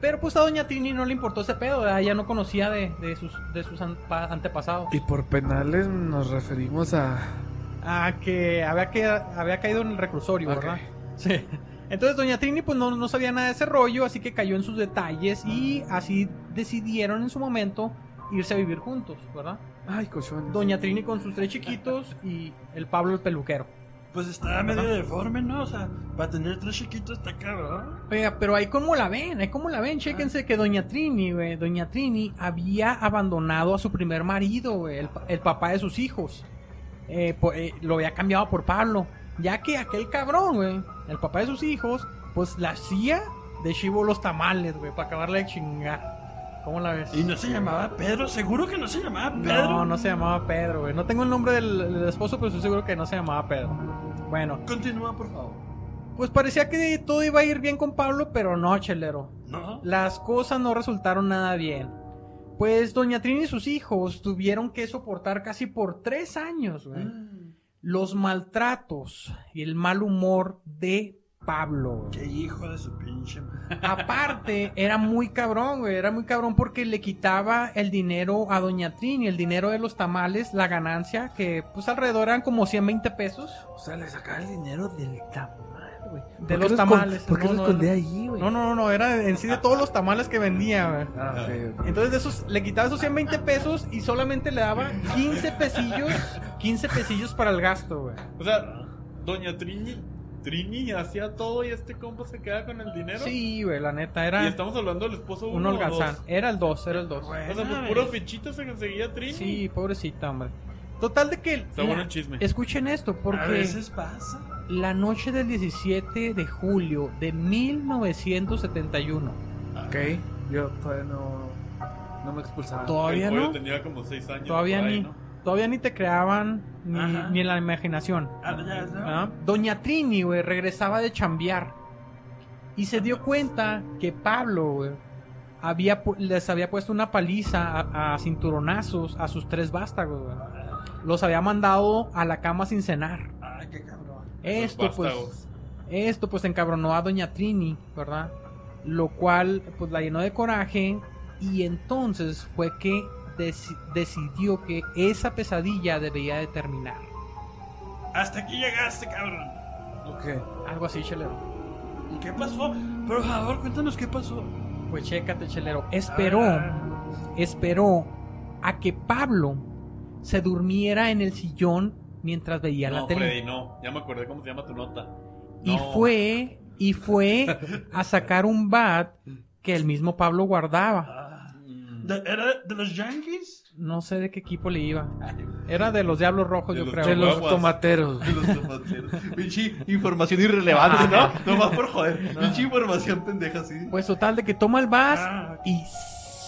S1: Pero pues a Doña Trini no le importó ese pedo, ¿verdad? ella no conocía de, de sus, de sus an- pa- antepasados.
S5: Y por penales nos referimos a.
S1: Ah, que había, que había caído en el reclusorio,
S5: Ok.
S1: ¿verdad? Sí. Entonces Doña Trini pues no, no sabía nada de ese rollo, así que cayó en sus detalles y así decidieron en su momento irse a vivir juntos, ¿verdad?
S5: Ay, cochones.
S1: Doña Trini con sus tres chiquitos y el Pablo el peluquero.
S2: Pues estaba medio deforme, ¿no? O sea, para tener tres chiquitos está cabrón.
S1: Oiga, pero ahí cómo la ven, ahí cómo la ven, chéquense que Doña Trini, güey, Doña Trini había abandonado a su primer marido, güey, el, pa- el papá de sus hijos. Eh, po- eh, lo había cambiado por Pablo, ya que aquel cabrón, güey, el papá de sus hijos, pues la hacía de chivo los tamales, güey, para acabarla de chingar. ¿Cómo la ves?
S2: Y no se llamaba Pedro, seguro que no se llamaba Pedro.
S1: No, no se llamaba Pedro, güey. No tengo el nombre del, del esposo, pero estoy seguro que no se llamaba Pedro. Bueno,
S2: Continúa, por favor.
S1: pues parecía que todo iba a ir bien con Pablo, pero no, chelero.
S2: No.
S1: las cosas no resultaron nada bien. Pues Doña Trini y sus hijos tuvieron que soportar casi por tres años güey, los maltratos y el mal humor de Pablo. güey.
S2: Qué hijo de su pinche madre.
S1: Aparte, era muy cabrón, güey, era muy cabrón porque le quitaba el dinero a Doña Trini, el dinero de los tamales, la ganancia, que pues alrededor eran como 120 pesos
S5: O sea, le sacaba el dinero del tamal, güey. ¿Por
S1: de
S5: qué
S1: los
S5: lo escon-
S1: tamales.
S5: ¿Por qué
S1: No,
S5: lo
S1: no,
S5: escondía
S1: no.
S5: ahí, güey?
S1: No, no, no, era en sí de todos los tamales que vendía, güey.
S5: Ah, ok, ok.
S1: Entonces de esos, le quitaba esos 120 pesos y solamente le daba 15 pesillos, 15 pesillos para el gasto, güey.
S4: O sea, Doña Trini, Trini hacía todo y este compa se queda con el dinero.
S1: Sí, güey, la neta,
S4: Y
S1: era
S4: estamos hablando del esposo
S1: un
S4: uno o dos.
S1: holgazán. Era el 2, era el 2.
S4: O sea, pues puro fichito se conseguía Trini.
S1: Sí, pobrecita, hombre. Total de que...
S4: Está bueno
S1: la-
S4: el chisme.
S1: Escuchen esto,
S2: A
S1: porque
S2: veces pasa.
S1: la noche del 17 de julio de 1971,
S5: Ok, yo todavía no, no me expulsaba.
S1: todavía
S4: Ah, el pollo
S1: no,
S4: tenía como seis años.
S1: todavía
S4: por ahí,
S1: ni,
S4: ¿no?
S1: todavía ni te creaban ni,
S2: Ajá.
S1: ni en la imaginación.
S2: Ah, ya, ya.
S1: ¿Ah? Doña Trini, güey, regresaba de chambear. Y se dio cuenta que Pablo, güey, había pu- les había puesto una paliza a, a cinturonazos a sus tres vástagos, güey. Los había mandado a la cama sin cenar.
S2: Ay, qué cabrón.
S1: Esto,
S4: Los vástagos.
S1: pues, esto, pues, encabronó a Doña Trini, ¿verdad? Lo cual, pues, la llenó de coraje. Y entonces fue que deci- decidió que esa pesadilla debía de terminar.
S2: Hasta aquí llegaste, cabrón.
S5: Ok.
S1: Algo así, chelero.
S2: ¿Y qué pasó? Por favor, cuéntanos qué pasó.
S1: Pues chécate, chelero. Esperó,
S2: Ah,
S1: esperó a que Pablo se durmiera en el sillón mientras veía
S4: No,
S1: la tele.
S4: Freddy, no. Ya me acordé cómo se llama tu nota.
S1: Y
S4: No.
S1: fue, y fue a sacar un bat que el mismo Pablo guardaba.
S2: ah.
S1: Mm.
S2: ¿De- ¿Era de los Yankees?
S1: No sé de qué equipo le iba. Era de los Diablos Rojos,
S4: De
S1: yo
S4: los
S1: creo.
S5: De los
S4: Aguas.
S5: tomateros.
S3: De los tomateros. Pinche información irrelevante, ¿no? Nomás por joder. Pinche información pendeja, sí.
S1: Pues total de que toma el bat
S2: Ah,
S1: y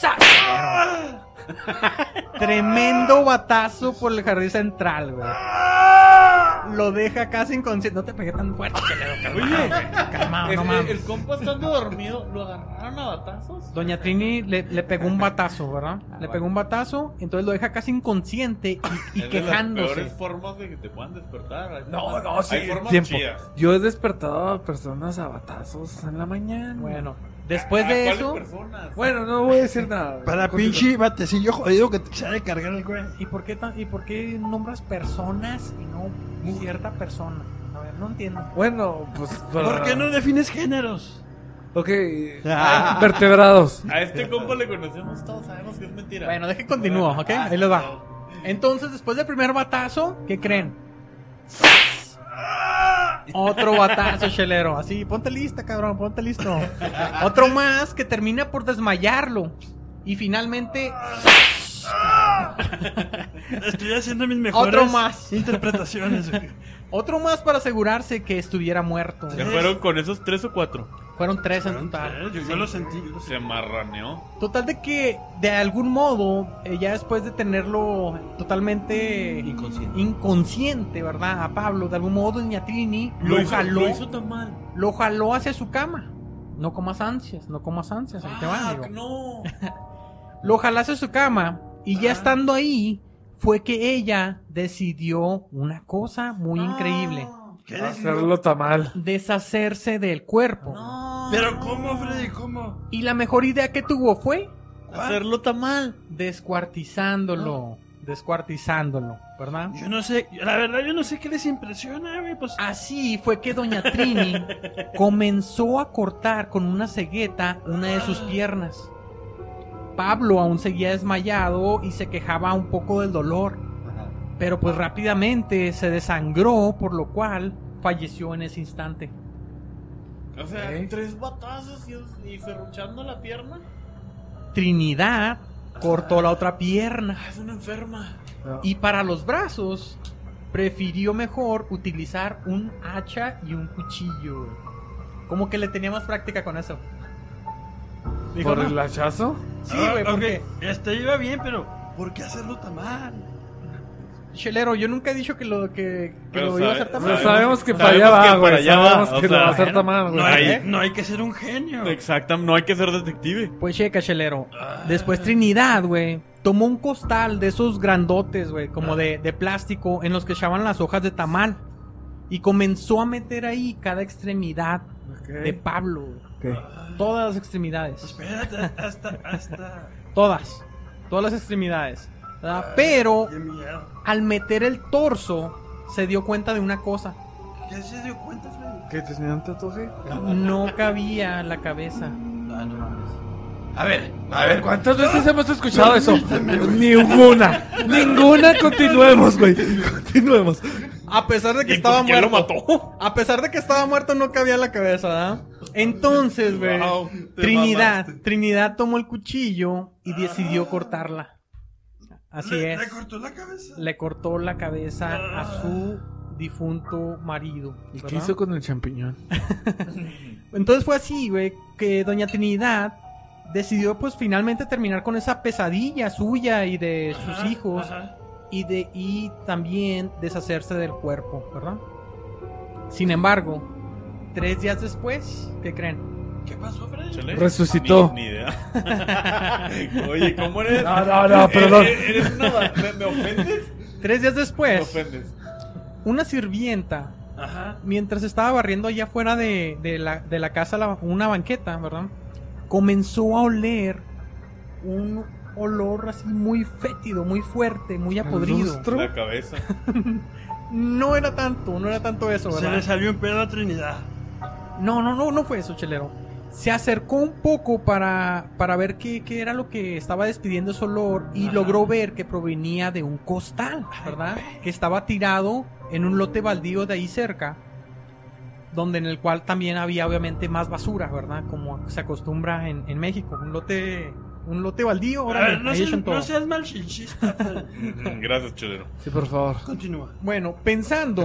S1: ¡zas! Tremendo batazo por el jardín central, güey. Lo deja casi inconsciente. No te pegué tan fuerte, chelero. Calmado, güey. Calmado,
S4: Es
S1: no
S4: que
S1: mames.
S4: el compa estando dormido, lo agarraron a batazos.
S1: Doña Trini le, le pegó un batazo, ¿verdad?
S4: Ah,
S1: Le pegó un batazo, entonces lo deja casi inconsciente y- y,
S4: Es de las
S1: quejándose.
S4: peores formas de que te puedan despertar. Hay
S5: No,
S4: formas-
S5: no, sí,
S4: Hay formas
S5: tiempo.
S4: chidas.
S5: Yo he despertado a personas a batazos en la mañana.
S1: Bueno, después
S4: ¿A
S1: de
S4: cuáles
S1: eso.
S4: personas?
S5: Bueno, no voy a decir nada. güey.
S2: Para
S5: Continúa.
S2: pinche batecillo jodido que te se ha de cargar el güey.
S1: ¿Y por qué tan- y por qué nombras personas y no cierta persona? A ver, no entiendo.
S5: Bueno, pues. para-
S2: ¿Por qué no defines géneros?
S5: Ok. Ah. Vertebrados.
S4: A este compa le conocemos todos, sabemos que es mentira.
S1: Bueno, deje que continúo, ¿ok? Ahí les va. Entonces, después del primer batazo, ¿qué creen? Otro batazo, chelero. Así, ponte lista, cabrón, ponte listo. Otro más que termina por desmayarlo. Y finalmente,
S2: Estoy haciendo mis mejores
S1: Otro más.
S2: interpretaciones. güey.
S1: otro más para asegurarse que estuviera muerto.
S4: ¿Ya fueron con esos tres o cuatro?
S1: Fueron tres en total.
S2: Eh, Yo, yo lo sentí. yo lo sentí.
S4: Se marraneó.
S1: Total de que, de algún modo, eh, ya después de tenerlo totalmente
S3: Inconsciente.
S1: inconsciente, ¿verdad? A Pablo, de algún modo, Iñatrini lo,
S4: Lo hizo,
S1: jaló,
S4: lo hizo tan mal.
S1: lo jaló hacia su cama. No comas ansias, no comas ansias, ahí te va,
S4: Ah,
S1: amigo.
S4: no.
S1: Lo jalase a su cama y
S4: Ah.
S1: ya estando ahí fue que ella decidió una cosa muy
S4: Ah.
S1: increíble.
S2: ¿Qué decidió?
S5: Hacerlo tamal.
S1: Deshacerse del cuerpo.
S2: Pero ¿cómo, Freddy? ¿Cómo?
S1: Y la mejor idea que tuvo fue
S4: Hacerlo tan mal.
S1: descuartizándolo. Descuartizándolo, ¿verdad?
S2: Yo no sé. La verdad, yo no sé qué les impresiona, güey.
S1: Ah,
S2: Pues
S1: Así fue que Doña Trini comenzó a cortar con una cegueta una de sus piernas. Pablo aún seguía desmayado y se quejaba un poco del dolor. Pero pues rápidamente se desangró, por lo cual falleció en ese instante.
S4: O sea, tres batazos y, y ferruchando la pierna.
S1: Trinidad cortó la otra pierna
S4: Ah, Es una enferma.
S1: y para los brazos prefirió mejor utilizar un hacha y un cuchillo. Como que le tenía más práctica con eso. Dijo,
S5: ¿Por
S1: "No,
S5: el hachazo?
S1: Sí,
S2: Ah,
S1: güey,
S2: ok,
S1: porque.
S2: Este iba bien, pero ¿por qué hacerlo tan mal?
S1: Chelero, yo nunca he dicho que lo, que, que
S4: Pero
S1: lo iba a
S4: sabe-
S1: hacer tan
S5: O sea,
S1: mal.
S5: Pues sabemos que para
S4: Sabemos
S5: allá
S4: que
S5: va,
S4: para
S5: güey.
S4: allá va,
S5: Sabemos
S4: o
S5: que lo
S4: sea,
S5: va a hacer tamal,
S2: No
S5: güey.
S2: hay,
S4: Ahí.
S2: no hay que ser un genio.
S4: Exactamente, no hay que ser detective.
S1: Pues checa, Chelero.
S4: Ah.
S1: Después Trinidad, güey. Tomó un costal de esos grandotes, güey,
S4: Ah.
S1: como de, de plástico, en los que echaban las hojas de tamal. Y comenzó a meter ahí cada extremidad de Pablo. güey. Todas las extremidades.
S2: Espérate, hasta, hasta.
S1: Todas. Todas las extremidades. ¿verdad? Pero
S2: Qué miedo.
S1: al meter el torso, se dio cuenta de una cosa.
S2: ¿Qué se dio cuenta, Freddy?
S5: ¿Qué? ¿Te tenían tatuaje?
S1: No cabía la cabeza.
S3: A ver, a ver, ¿cuánto?
S5: ¿Cuántas veces hemos escuchado eso? Ninguna. Ninguna. Continuemos, güey. Continuemos.
S1: A pesar de que
S4: ¿Y
S1: estaba
S4: por qué
S1: muerto.
S4: lo mató?
S1: A pesar de que estaba muerto, no cabía la cabeza, ¿verdad? Entonces, güey.
S4: Wow,
S3: te
S1: Trinidad.
S3: mamaste.
S1: Trinidad tomó el cuchillo y decidió cortarla. Así
S2: le,
S1: es.
S2: Le cortó la cabeza.
S1: Le cortó la cabeza a su difunto marido.
S5: ¿Y qué
S1: ¿verdad?
S5: hizo con el champiñón?
S1: Entonces fue así, güey, que Doña Trinidad decidió, pues, finalmente terminar con esa pesadilla suya y de sus
S2: Ajá,
S1: hijos.
S2: ajá.
S1: y, de, y también deshacerse del cuerpo, ¿verdad? Sin embargo, tres días después, ¿qué creen?
S2: ¿Qué pasó, Freddy?
S4: Chale.
S5: Resucitó.
S4: Ni, ni idea. Oye, ¿cómo eres?
S5: No, no, no,
S4: Eh,
S5: perdón.
S4: eh, Eres una ba- ¿Me, me ofendes?
S1: Tres días
S4: Me
S5: Pues,
S1: después,
S4: ofendes.
S1: una sirvienta,
S2: Ajá.
S1: mientras estaba barriendo allá afuera de, de la, de la casa, la- una banqueta, ¿verdad? Comenzó a oler un olor así muy fétido, muy fuerte, muy apodrido.
S5: lustro?
S4: La cabeza.
S1: No era tanto, no era tanto eso,
S2: Se
S1: ¿verdad?
S2: le salió un pedo a Trinidad.
S1: No, no, no, no fue eso, chelero. Se acercó un poco para, para ver qué, qué era lo que estaba despidiendo ese olor y
S2: Ajá.
S1: logró ver que provenía de un costal, ¿verdad? Que estaba tirado en un lote baldío de ahí cerca, donde en el cual también había obviamente más basura, ¿verdad? Como se acostumbra en, en México, un lote, un lote baldío,
S2: A
S1: órale,
S2: ver, no,
S1: ahí
S2: seas,
S1: echan todo.
S2: no seas malchinchista, Freddy.
S4: Gracias, chelero.
S5: Sí, por favor.
S2: Continúa.
S1: Bueno, pensando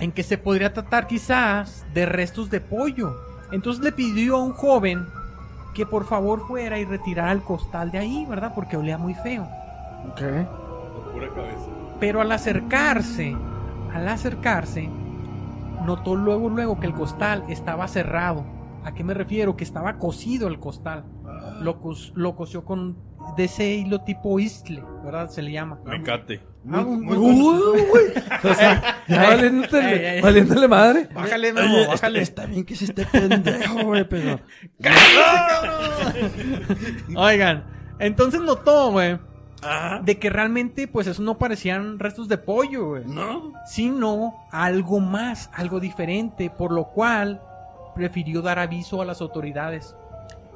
S1: en que se podría tratar quizás de restos de pollo. Entonces le pidió a un joven que por favor fuera y retirara el costal de ahí, ¿verdad? Porque olía muy feo.
S5: Ok.
S4: Pura cabeza.
S1: Pero al acercarse, al acercarse, notó luego, luego que el costal estaba cerrado. ¿A qué me refiero? Que estaba cosido el costal. Lo, cos- lo cosió con de ese hilo tipo isle, ¿verdad? Se le llama. Ah,
S4: Me encate.
S2: Muy- muy bueno.
S5: Uh, güey. O sea, ya valiéndole,
S1: Ey, ey, ey.
S5: valiéndole madre.
S1: Bájale,
S2: Oye,
S1: Memo,
S2: está-
S1: bájale.
S2: Está bien que se esté pendejo, güey, pero.
S1: Oigan, entonces notó, güey,
S2: Ajá.
S1: de que realmente, pues eso no parecían restos de pollo, güey,
S2: No.
S1: sino algo más, algo diferente, por lo cual prefirió dar aviso a las autoridades.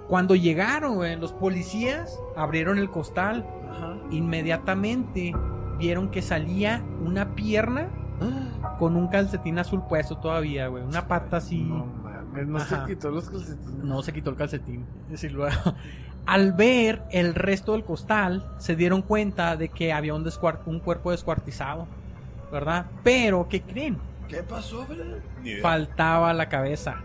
S1: Cuando llegaron, güey, los policías abrieron el costal,
S2: Ajá.
S1: inmediatamente vieron que salía una pierna con un calcetín azul puesto todavía, güey. Una pata así.
S5: No
S1: No,
S5: mames, no
S1: Ajá.
S5: se quitó los calcetines.
S1: se quitó el calcetín. Es decir, luego- Al ver el resto del costal, se dieron cuenta de que había un, descuar- un cuerpo descuartizado, ¿verdad? Pero, ¿qué creen?
S2: ¿Qué pasó, Fred?
S1: Faltaba la cabeza.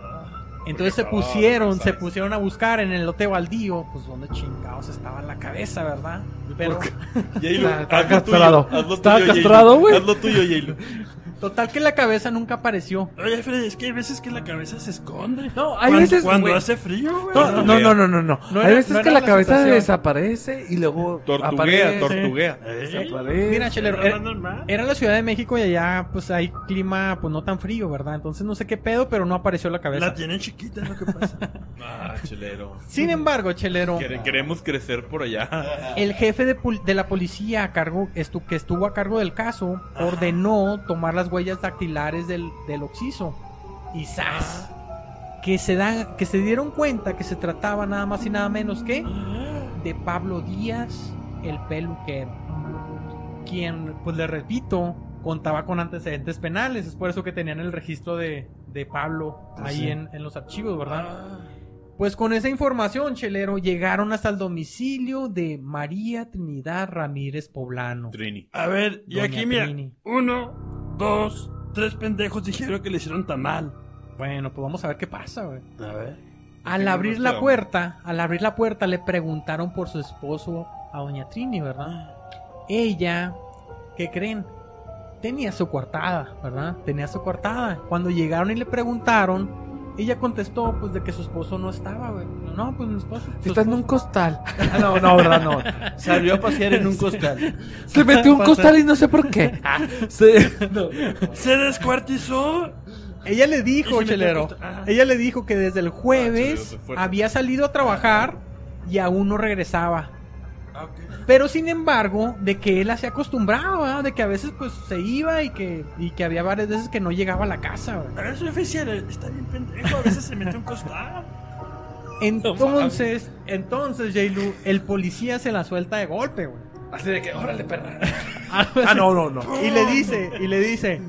S2: Ah,
S1: Entonces se
S4: estaba
S1: pusieron, se
S4: deshuesada.
S1: pusieron a buscar en el lote baldío, pues donde chingados estaba la cabeza, ¿verdad? Pero
S4: Yailu,
S5: Está- está
S4: haz lo tuyo,
S5: castrado.
S4: haz
S5: Está
S4: lo tuyo, Yailu.
S5: castrado, güey.
S4: Haz lo tuyo, Yailu.
S1: total que la cabeza nunca apareció.
S2: Oye, Fred, es que hay veces que la cabeza se esconde.
S5: No, hay
S2: Cuan-
S5: veces.
S2: Cuando
S5: güey,
S2: hace frío, güey.
S5: No, no, no, no, no, no.
S1: No
S5: Hay
S1: era-
S5: veces
S1: no
S5: que
S1: era
S5: la,
S1: la
S5: cabeza
S1: situación.
S5: desaparece y luego.
S4: Tortuguea,
S5: aparece,
S4: tortuguea.
S2: ¿Eh?
S5: Desaparece.
S1: Mira, Chelero,
S2: Era
S1: eh,
S2: normal.
S1: Era la Ciudad de México y allá pues hay clima pues no tan frío, ¿verdad? Entonces no sé qué pedo, pero no apareció la cabeza.
S2: La tienen chiquita, es lo que pasa.
S4: Ah, chelero.
S1: Sin embargo, Chelero,
S4: Quere- Queremos crecer por allá.
S1: el jefe de, pol- de la policía a cargo, estu- que estuvo a cargo del caso ordenó tomar las huellas dactilares del, del occiso. Y ¡zas! Que se, dan, que se dieron cuenta que se trataba nada más y nada menos que de Pablo Díaz, el peluquero, quien, pues le repito, contaba con antecedentes penales, es por eso que tenían el registro de, de Pablo ahí en, en los archivos,
S2: Ah,
S1: ¿verdad? Pues con esa información, Chelero, llegaron hasta el domicilio de María Trinidad Ramírez Poblano.
S4: Trini.
S2: A ver, y
S1: Doña
S2: aquí mira,
S1: Trini.
S2: uno, dos, tres pendejos dijeron que le hicieron tamal.
S1: Bueno, pues vamos a ver qué pasa, güey.
S2: A ver.
S1: Al
S4: no
S1: abrir
S4: nos
S1: la
S4: quedamos.
S1: puerta, al abrir la puerta le preguntaron por su esposo a doña Trini, ¿verdad? Ella, ¿qué creen? Tenía su coartada, ¿verdad? Tenía su coartada. Cuando llegaron y le preguntaron, ella contestó pues de que su esposo no estaba, güey. No, pues mi esposo.
S5: Si
S1: su
S5: Está en
S1: esposo-
S5: un costal. Ah, No, no, verdad, no.
S7: Salió a pasear en un costal.
S5: Se metió un costal y no sé por qué. Ah, se- no.
S2: Se descuartizó.
S1: Ella le
S2: Y se
S1: dijo,
S2: metió
S1: Chelero.
S2: al costa- ah.
S1: Ella le dijo que desde el
S4: Ah, Chelero,
S1: jueves
S4: se fue.
S1: había salido a trabajar y aún no regresaba.
S2: Ah, ok.
S1: Pero sin embargo, de que él se acostumbraba, ¿verdad? de que a veces pues se iba y que, y que había varias veces que no llegaba a la casa. güey.
S2: Ah. A ver, su oficial está bien pendejo. A veces se mete un costal.
S1: Entonces, entonces, Jailu, el policía se la suelta de golpe, güey.
S5: Así de que, órale, perra.
S1: Algo
S5: Ah,
S1: así.
S5: no, no, no.
S1: Y le dice, y le dice,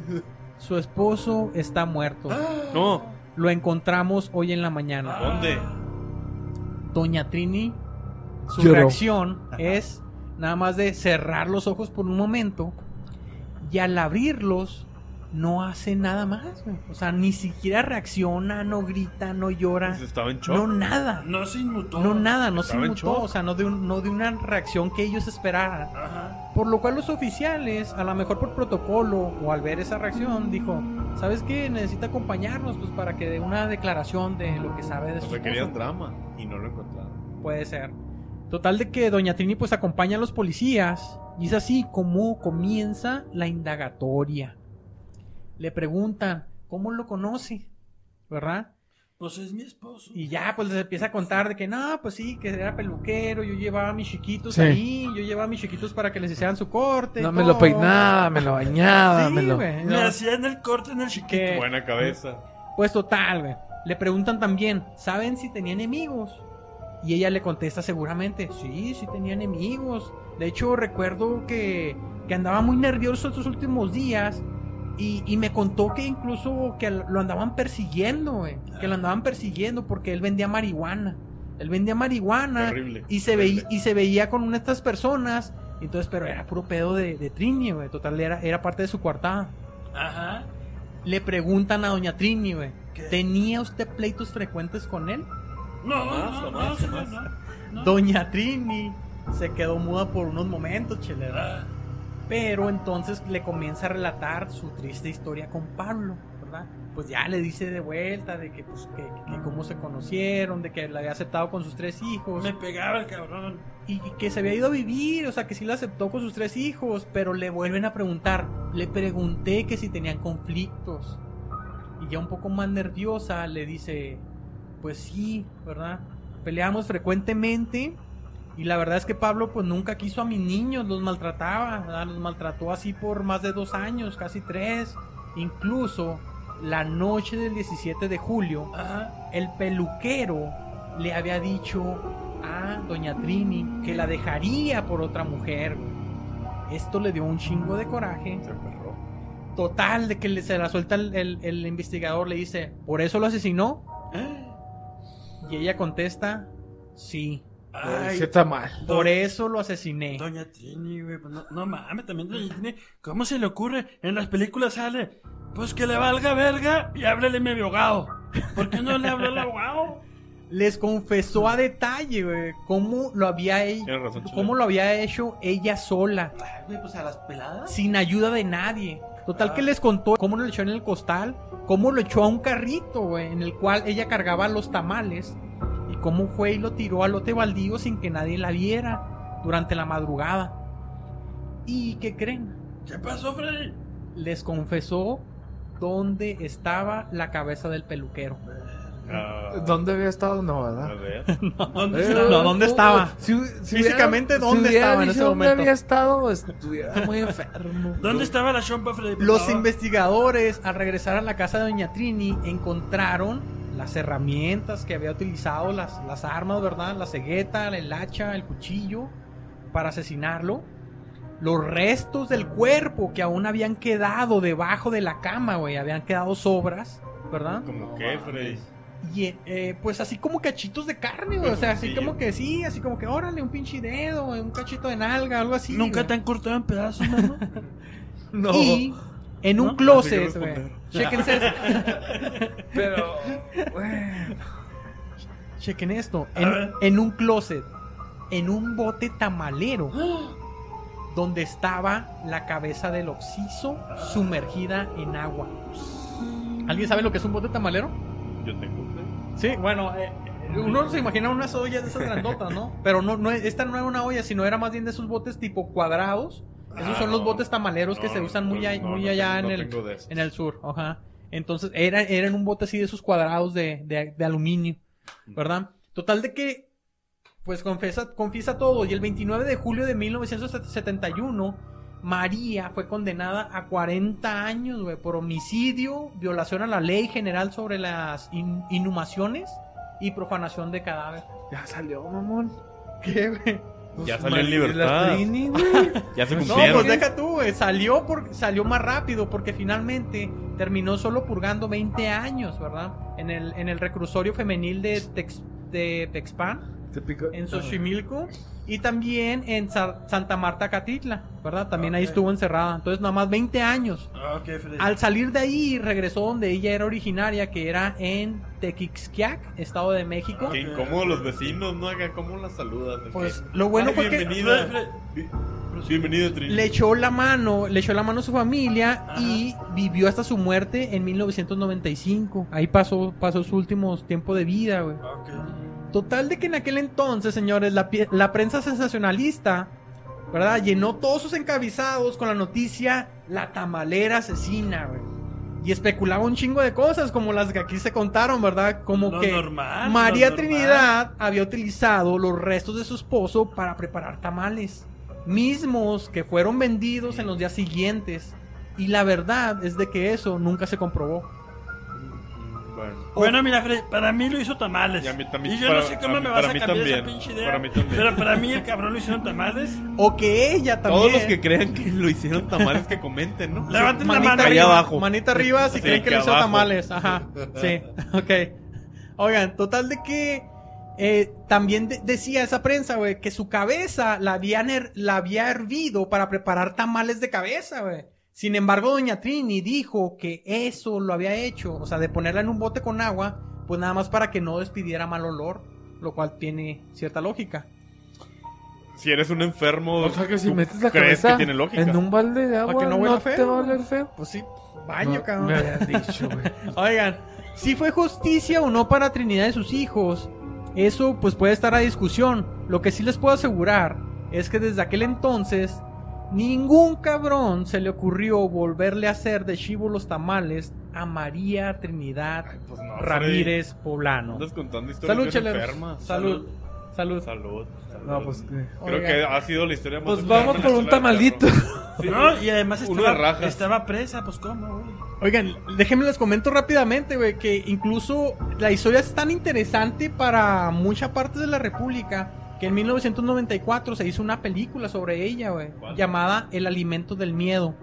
S1: su esposo está muerto.
S4: No,
S1: Lo encontramos hoy en la mañana.
S4: ¿dónde?
S1: Doña Trini, su
S5: Lloró.
S1: reacción es nada más de cerrar los ojos por un momento y al abrirlos no hace nada más, güey. O sea, ni siquiera reacciona, no grita, no llora,
S4: Pues estaba en shock.
S1: no nada,
S2: Ah, No se inmutó.
S1: no nada, no se
S4: Estaba en
S1: mutó,
S4: shock.
S1: o sea, no de, un- no de una reacción que ellos esperaran.
S2: Ajá.
S1: Por lo cual los oficiales, a lo mejor por protocolo o al ver esa reacción, dijo, ¿sabes qué? Necesita acompañarnos pues para que dé una declaración de lo que sabe de
S4: O
S1: su
S4: sea,
S1: esposo".
S4: querían drama y no lo encontraron.
S1: Puede ser. Total de que Doña Trini pues acompaña a los policías y es así como comienza la indagatoria. Le preguntan, ¿cómo lo conoce? ¿Verdad?
S2: Pues es mi esposo.
S1: Y ya pues les empieza a contar de que no, pues sí, que era peluquero, yo llevaba a mis chiquitos
S5: Sí.
S1: ahí, yo llevaba a mis chiquitos para que les hicieran su corte. y
S5: No, me lo
S1: todo".
S5: peinaba, me lo bañaba,
S1: Sí,
S5: me lo.
S1: güey,
S2: Le
S1: no.
S2: hacían el corte en el chiquito.
S5: Eh,
S1: Que-
S4: Buena cabeza.
S1: Pues total, güey. Le preguntan también, ¿saben si tenía enemigos? Y ella le contesta seguramente, sí, sí tenía enemigos. De hecho, recuerdo que, que andaba muy nervioso estos últimos días y, y me contó que incluso que lo andaban persiguiendo, güey. Que lo andaban persiguiendo porque él vendía marihuana. Él vendía marihuana
S4: Terrible.
S1: y se, veía, y se veía con una de estas personas. Entonces, pero era puro pedo de, de Trini, güey. Total, era, era parte de su coartada.
S2: Ajá.
S1: Le preguntan a Doña Trini, güey.
S2: ¿Qué?
S1: ¿Tenía usted pleitos frecuentes con él?
S2: No,
S4: Más,
S2: no, no,
S4: más,
S2: señor,
S4: más.
S2: no.
S1: Doña Trini se quedó muda por unos momentos, chelera.
S2: Ah,
S1: Pero entonces le comienza a relatar su triste historia con Pablo, ¿verdad? Pues ya le dice de vuelta de que, pues, que, que cómo se conocieron, de que la había aceptado con sus tres hijos.
S2: me pegaba el cabrón.
S1: y y que se había ido a vivir, o sea, que sí la aceptó con sus tres hijos, pero le vuelven a preguntar. Le pregunté que si tenían conflictos. Y ya un poco más nerviosa le dice, pues sí, ¿verdad? Peleamos frecuentemente y la verdad es que Pablo pues nunca quiso a mis niños, los maltrataba, ¿verdad? los maltrató así por más de dos años, casi tres. Incluso la noche del 17 de julio,
S2: Ajá.
S1: el peluquero le había dicho a Doña Trini que la dejaría por otra mujer. güey. Esto le dio un chingo de coraje.
S4: Se emperró.
S1: Total, de que le- se la suelta el, el- el investigador, le dice, ¿por eso lo asesinó? Y ella contesta, sí,
S2: Ay,
S5: Sí está mal.
S1: por eso lo asesiné.
S2: Doña Trini, güey, pues no, no mames, también Doña Trini, ¿cómo se le ocurre? En las películas sale, pues que le valga verga y háblele mi abogado. ¿Por qué no le habló al abogado?
S1: Les confesó a detalle, güey, cómo lo había hecho.
S4: Tienes razón, chile.
S1: Cómo lo había hecho ella sola,
S3: Ay, güey, pues a las peladas.
S1: sin ayuda de nadie. Total que les contó cómo lo echó en el costal, cómo lo echó a un carrito, güey, en el cual ella cargaba los tamales, y cómo fue y lo tiró al lote baldío sin que nadie la viera durante la madrugada. ¿Y qué creen?
S2: ¿Qué pasó, Freddy?
S1: les confesó dónde estaba la cabeza del peluquero.
S4: Ah,
S5: ¿Dónde había estado? No,
S4: a
S5: ¿verdad?
S4: ver.
S2: Pues, ¿Dónde
S5: Eh,
S2: está?
S1: No, ¿dónde
S5: uh,
S1: estaba?
S5: uh, si- si
S1: Físicamente,
S5: hubiera-
S1: ¿dónde
S5: si hubiera
S1: estaba en
S5: dicho
S1: ese
S5: ¿Dónde
S1: momento?
S5: había estado? pues, Estuviera muy enfermo.
S2: ¿Dónde estaba la chompa, Freddy? Por
S1: Los
S2: favor.
S1: investigadores, al regresar a la casa de Doña Trini, encontraron las herramientas que había utilizado, las, las armas, ¿verdad? La cegueta, el hacha, el cuchillo, para asesinarlo. Los restos del cuerpo que aún habían quedado debajo de la cama, güey. Habían quedado sobras, ¿verdad?
S4: ¿Cómo qué, Freddy?
S1: Y eh, pues así como cachitos de carne, güey. O sea, así
S4: Sí.
S1: como que sí, así como que órale, un pinche dedo, güey, un cachito de nalga, algo así.
S2: Nunca
S1: güey.
S2: te han cortado en pedazos, mano.
S1: No. Y en un
S2: No,
S1: closet,
S4: así que
S1: güey.
S4: responder.
S1: Chéquense esto.
S5: Pero. güey,
S1: Chequen esto.
S2: A
S1: En,
S2: ver.
S1: en un closet. En un bote tamalero. Donde estaba la cabeza del oxiso sumergida en agua. ¿Alguien sabe lo que es un bote tamalero?
S4: Yo tengo, Freddy.
S1: Sí, bueno, eh, uno se imagina unas ollas de esas grandotas, ¿no? Pero no, no, esta no era una olla, sino era más bien de esos botes tipo cuadrados. Esos
S4: Ah,
S1: son los
S4: no.
S1: botes tamaleros que
S4: No,
S1: se usan muy,
S4: no,
S1: ahí-
S4: no,
S1: muy
S4: no
S1: allá
S4: tengo-
S1: en,
S4: no
S1: el,
S4: tengo de esos.
S1: en el sur, ajá. Entonces, era, eran un bote así de esos cuadrados de, de- de aluminio, ¿verdad? Total de que, pues confesa, confiesa todo. Y el 29 de julio de 1971, María fue condenada a 40 años, güey, por homicidio, violación a la ley general sobre las in- inhumaciones y profanación de cadáver.
S5: Ya salió, mamón. Pues,
S1: ¿Qué, güey?
S4: Ya salió en
S5: La
S4: libertad.
S5: Trini, güey.
S4: Ya se
S5: No,
S1: No,
S4: cumplieron.
S1: pues deja tú, güey. Salió, por, salió más rápido porque finalmente terminó solo purgando 20 años, ¿verdad? En el, en el reclusorio femenil de, Tex, de Texpan,
S5: Te picó.
S1: en Xochimilco, y también en Sa- Santa Marta Catitla, ¿verdad? También ahí
S2: Ok.
S1: estuvo encerrada. Entonces, nada más 20 años.
S2: Ah, ok, Freddy.
S1: Al salir de ahí, regresó donde ella era originaria, que era en Tequixquiac, Estado de México.
S4: Qué incómodo los vecinos, ¿no? Acá, ¿cómo las saludas?
S1: Pues lo bueno
S4: Ay,
S1: fue que...
S4: bienvenida. Bi- Bienvenida, Trini.
S1: le echó la mano, le echó la mano a su familia
S2: Ajá.
S1: y vivió hasta su muerte en 1995. Ahí pasó, pasó su último tiempo de vida, güey.
S2: Ok.
S1: Total de que en aquel entonces, señores, la, pie- la prensa sensacionalista, ¿verdad? Llenó todos sus encabezados con la noticia La tamalera asesina, güey. Y especulaba un chingo de cosas como las que aquí se contaron, ¿verdad? Como
S2: Lo
S1: que
S4: Ah,
S2: normal,
S1: María
S2: lo normal.
S1: Trinidad había utilizado los restos de su esposo para preparar tamales, mismos que fueron vendidos en los días siguientes. Y la verdad es de que eso nunca se comprobó.
S4: Mm, Bueno.
S2: Bueno, mira, Freddy, para mí lo hizo tamales.
S4: Y a mí también-
S2: Y yo
S4: para-
S2: no sé
S4: a
S2: cómo
S4: mí-
S2: me vas
S4: para
S2: a
S4: mí
S2: cambiar esa
S4: también,
S2: pinche idea.
S4: para mí también.
S2: Pero para mí el cabrón lo hicieron tamales.
S1: O que ella también.
S4: Todos los que crean que lo hicieron tamales que comenten, ¿no?
S2: Levanten la
S1: Manita
S2: mano.
S1: arriba,
S4: Allá abajo.
S1: Manita arriba si
S4: Sí,
S1: creen que
S4: que
S1: le hizo
S4: abajo.
S1: tamales. Ajá. Sí. Ok. Oigan, total de que eh, también de- decía esa prensa, güey, que su cabeza la, habían her- la había hervido para preparar tamales de cabeza, güey. Sin embargo, Doña Trini dijo que eso lo había hecho, o sea, de ponerla en un bote con agua, pues nada más para que no despidiera mal olor, lo cual tiene cierta lógica.
S4: Si eres un enfermo,
S5: O sea que si
S4: ¿tú
S5: metes la
S4: crees
S5: cabeza
S4: que tiene lógica.
S5: en un balde de
S1: que
S5: agua,
S1: no
S5: no,
S1: huela
S5: te
S1: feo,
S5: va a
S1: güey.
S5: oler feo.
S1: Pues sí, baño,
S5: No,
S1: cabrón.
S5: Me habían dicho, güey.
S1: Oigan, si fue justicia o no para Trinidad y sus hijos, eso pues puede estar a discusión. Lo que sí les puedo asegurar es que desde aquel entonces ningún cabrón se le ocurrió volverle a hacer de chivo los tamales a María Trinidad
S4: Pues no, Freddy.
S1: Ramírez Poblano.
S4: Andas contando historias
S1: Salud,
S4: bien
S1: cheleros.
S4: enfermas.
S1: Salud. Salud.
S4: Salud. salud.
S5: No, pues. eh,
S4: Creo
S1: Oigan.
S4: que ha sido la historia más
S5: Pues
S4: enferma
S5: vamos
S4: en
S5: por
S4: la
S5: un
S4: historia del
S5: tamalito.
S4: perro. Sí.
S2: No, y además
S4: Uno de
S2: estaba,
S4: rajas.
S2: estaba presa, pues cómo, güey.
S1: Oigan, déjenme les comento rápidamente, güey, que incluso la historia es tan interesante para mucha parte de la República que en 1994 se hizo una película sobre ella, güey,
S4: ¿Cuál?
S2: Ah.
S1: llamada El alimento del miedo.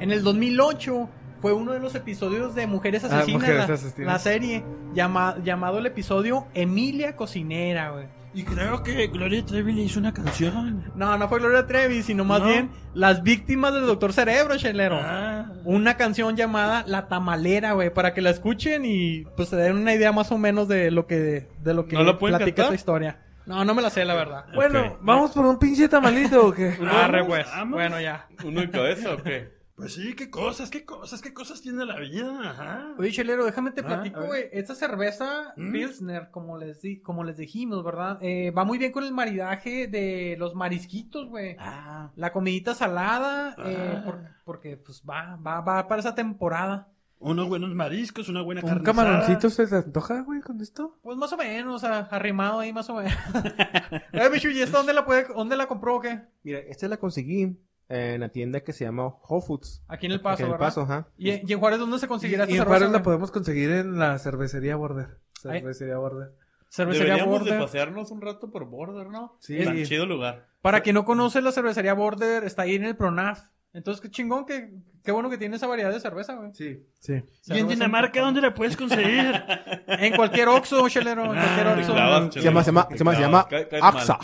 S1: En el 2008 fue uno de los episodios de Mujeres
S5: Ah,
S1: Asesinas,
S5: Mujeres
S1: la,
S5: Asesinas.
S1: la serie, llama- llamado el episodio Emilia Cocinera, güey.
S2: Y creo que Gloria Trevi le hizo una canción.
S1: No, no fue Gloria Trevi, sino más
S2: No.
S1: bien las víctimas del Doctor Cerebro, chelero.
S2: Ah.
S1: Una canción llamada La Tamalera, güey, para que la escuchen y pues se den una idea más o menos de lo que, de lo que
S4: ¿No la pueden
S1: platica
S4: cantar?
S1: esa historia. No, no me la sé, la verdad.
S5: Bueno, ¿vamos por un pinche tamalito o qué?
S1: Arre,
S2: Vamos,
S1: pues.
S2: vamos.
S1: Bueno, ya.
S4: ¿Uno de cabeza o qué?
S2: Pues sí, qué cosas, qué cosas, qué cosas tiene la vida. Ajá.
S1: Oye, Chelero, déjame te
S2: Ah, a
S1: platico,
S2: ver.
S1: güey. Esta cerveza
S2: ¿Mm?
S1: Pilsner, como les, di- como les dijimos, ¿verdad? Eh, va muy bien con el maridaje de los marisquitos, güey.
S2: Ah.
S1: La comidita salada, eh,
S2: Ah.
S1: por- porque pues va, va, va para esa temporada.
S2: Unos buenos mariscos, una buena carne.
S5: ¿Un camaroncito se te antoja, güey, con esto?
S1: Pues más o menos, o sea, arrimado ahí más o menos. eh, bicho, ¿y esta dónde la, puede, dónde la compró o qué?
S6: Mira, esta la conseguí en la tienda que se llama Whole Foods.
S1: Aquí en El Paso,
S6: en el
S1: ¿verdad?
S6: paso, ajá.
S1: ¿Y, en- y en Juárez dónde se
S5: Y,
S1: conseguirá esta
S5: y en
S1: cerveza?
S5: Juárez la
S1: güey?
S5: podemos conseguir en la cervecería Border.
S1: Ay.
S5: Cervecería Border.
S1: Cervecería
S4: Deberíamos de
S1: Border.
S4: pasearnos un rato por Border, ¿no?
S5: Sí.
S4: Tan chido lugar.
S1: Para quien no conoce la cervecería Border, está ahí en el Pronaf. Entonces, qué chingón, que, qué bueno que tiene esa variedad de cerveza, güey.
S5: Sí. Sí.
S2: ¿Y en Dinamarca dónde la puedes conseguir?
S1: En cualquier Oxxo, chelero. En cualquier
S2: Ah,
S1: Oxxo.
S4: clavas,
S6: Se llama, se llama, se llama, se llama
S4: Cae- cae mal.
S6: AXA.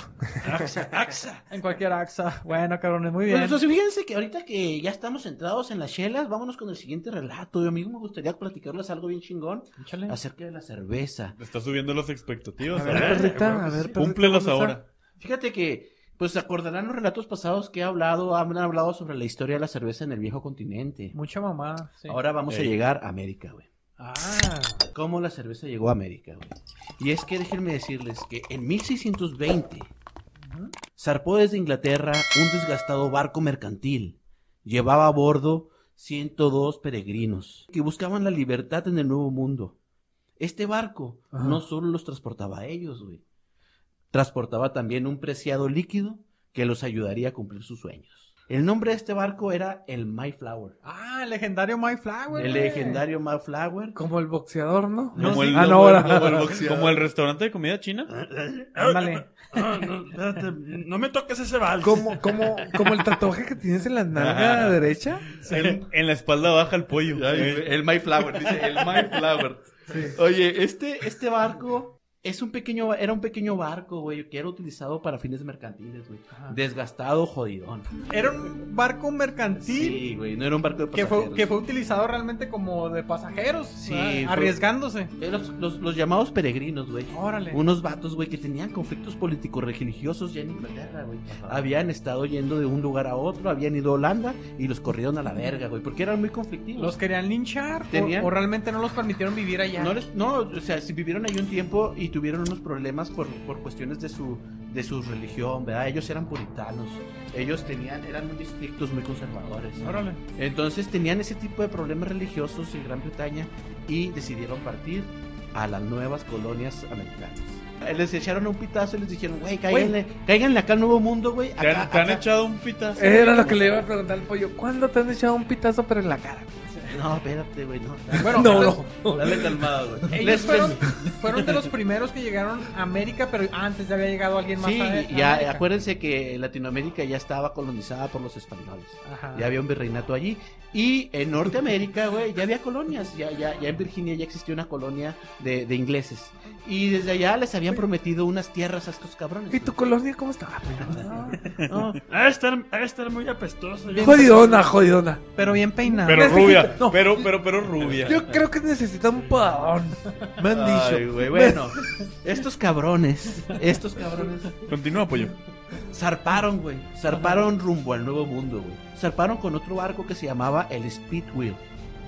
S2: AXA, AXA.
S1: En cualquier AXA. Bueno, cabrones,
S3: Pues,
S1: muy bien.
S7: Bueno, entonces fíjense que ahorita que ya estamos centrados en las chelas, vámonos con el siguiente relato. Yo, amigo, me gustaría platicarles algo bien chingón
S1: Échale.
S7: acerca de la cerveza.
S4: Te Está subiendo las expectativas.
S5: A ver,
S4: ¿verdad? Eh,
S5: perrita, a ver, perrita,
S4: Cúmplelos
S5: ¿dónde está?
S4: ahora.
S7: Fíjate que, pues se acordarán los relatos pasados que he hablado, han hablado sobre la historia de la cerveza en el viejo continente.
S1: Mucha mamá. sí.
S7: Ahora vamos a
S4: Ey.
S7: llegar a América, güey.
S1: Ah,
S7: cómo la cerveza llegó a América, güey. Y es que déjenme decirles que en 1620 zarpó desde Inglaterra un desgastado barco mercantil. Llevaba a bordo 102 peregrinos que buscaban la libertad en el Nuevo Mundo. Este barco
S5: Ajá.
S7: no solo los transportaba a ellos, güey. Transportaba también un preciado líquido que los ayudaría a cumplir sus sueños. El nombre de este barco era el Mayflower.
S1: ah, el legendario My Flower.
S7: El
S1: güey.
S7: legendario Mayflower.
S5: Como el boxeador, ¿no?
S1: No,
S4: Como
S1: sí.
S4: el,
S5: Ah, no,
S4: como el-
S5: ahora. Ah,
S4: como el boxeador. Como el restaurante de comida china.
S1: Ándale.
S2: Ah, no, espérate, no me toques ese vals.
S5: Como, como, como el tatuaje que tienes en la nalga
S4: Ajá.
S5: derecha.
S4: En, en la espalda baja el pollo.
S3: Ya, El, el My Flower, dice el My Flower.
S7: Oye, este, este barco es un pequeño, era un pequeño barco, güey, que era utilizado para fines mercantiles, güey.
S1: Ah.
S7: Desgastado, jodidón.
S1: Era un barco mercantil
S7: Sí, güey, no era un barco de
S1: que, fue,
S7: pasajeros.
S1: que fue utilizado realmente como de pasajeros.
S7: Sí,
S1: ¿verdad?
S7: fue-
S1: Arriesgándose.
S7: Eran Los, los- los llamados peregrinos, güey.
S1: Órale.
S7: Unos vatos, güey, que tenían conflictos políticos religiosos ya en Inglaterra, güey. Habían estado yendo de un lugar a otro, habían ido a Holanda y los corrieron a la verga, güey, porque eran muy conflictivos.
S1: ¿Los querían linchar? o-
S7: Tenían-
S1: O, realmente no los permitieron vivir allá?
S7: No, les- no, o sea, si vivieron ahí un tiempo y tuvieron unos problemas por, por cuestiones de su, de su religión, ¿verdad? Ellos eran puritanos, ellos tenían, eran muy estrictos, muy conservadores. ¿no?
S1: Órale.
S7: Entonces tenían ese tipo de problemas religiosos en Gran Bretaña y decidieron partir a las nuevas colonias americanas. Eh, Les echaron un pitazo y les dijeron, güey, cáiganle, cáiganle acá al nuevo mundo, güey.
S4: ¿Te
S7: Acá,
S4: han, te han
S7: acá".
S4: echado un pitazo?
S5: Era lo que le iba a preguntar al pollo. ¿Cuándo te han echado un pitazo pero en la cara?
S7: No, espérate, güey, no.
S1: Bueno,
S5: No,
S1: entonces,
S5: no.
S7: Dale calmado, güey.
S1: Ellos
S7: Les-
S1: fueron, fueron de los primeros que llegaron a América, pero antes ya había llegado alguien más.
S7: Sí,
S1: a- a
S7: ya
S1: América.
S7: acuérdense que Latinoamérica ya estaba colonizada por los españoles.
S1: Ajá.
S7: Ya había un virreinato allí. Y en Norteamérica, güey, ya había colonias. Ya, ya, ya en Virginia ya existía una colonia de, de ingleses. Y desde allá les habían prometido unas tierras a estos cabrones.
S5: ¿Y tu colonia cómo estaba?
S7: No,
S2: Ha de estar, ha de estar muy apestoso. ya.
S5: Jodidona, jodidona.
S1: Pero bien peinado.
S4: Pero
S5: Necesito-
S4: rubia.
S5: no.
S4: Pero, pero, pero rubia.
S5: Yo creo que necesita un podadón. Me han dicho.
S7: Ay, güey, bueno, estos cabrones, estos cabrones
S4: Continúa, pollo.
S7: zarparon, güey. Zarparon rumbo al nuevo mundo, güey. Zarparon con otro barco que se llamaba el Speedwheel.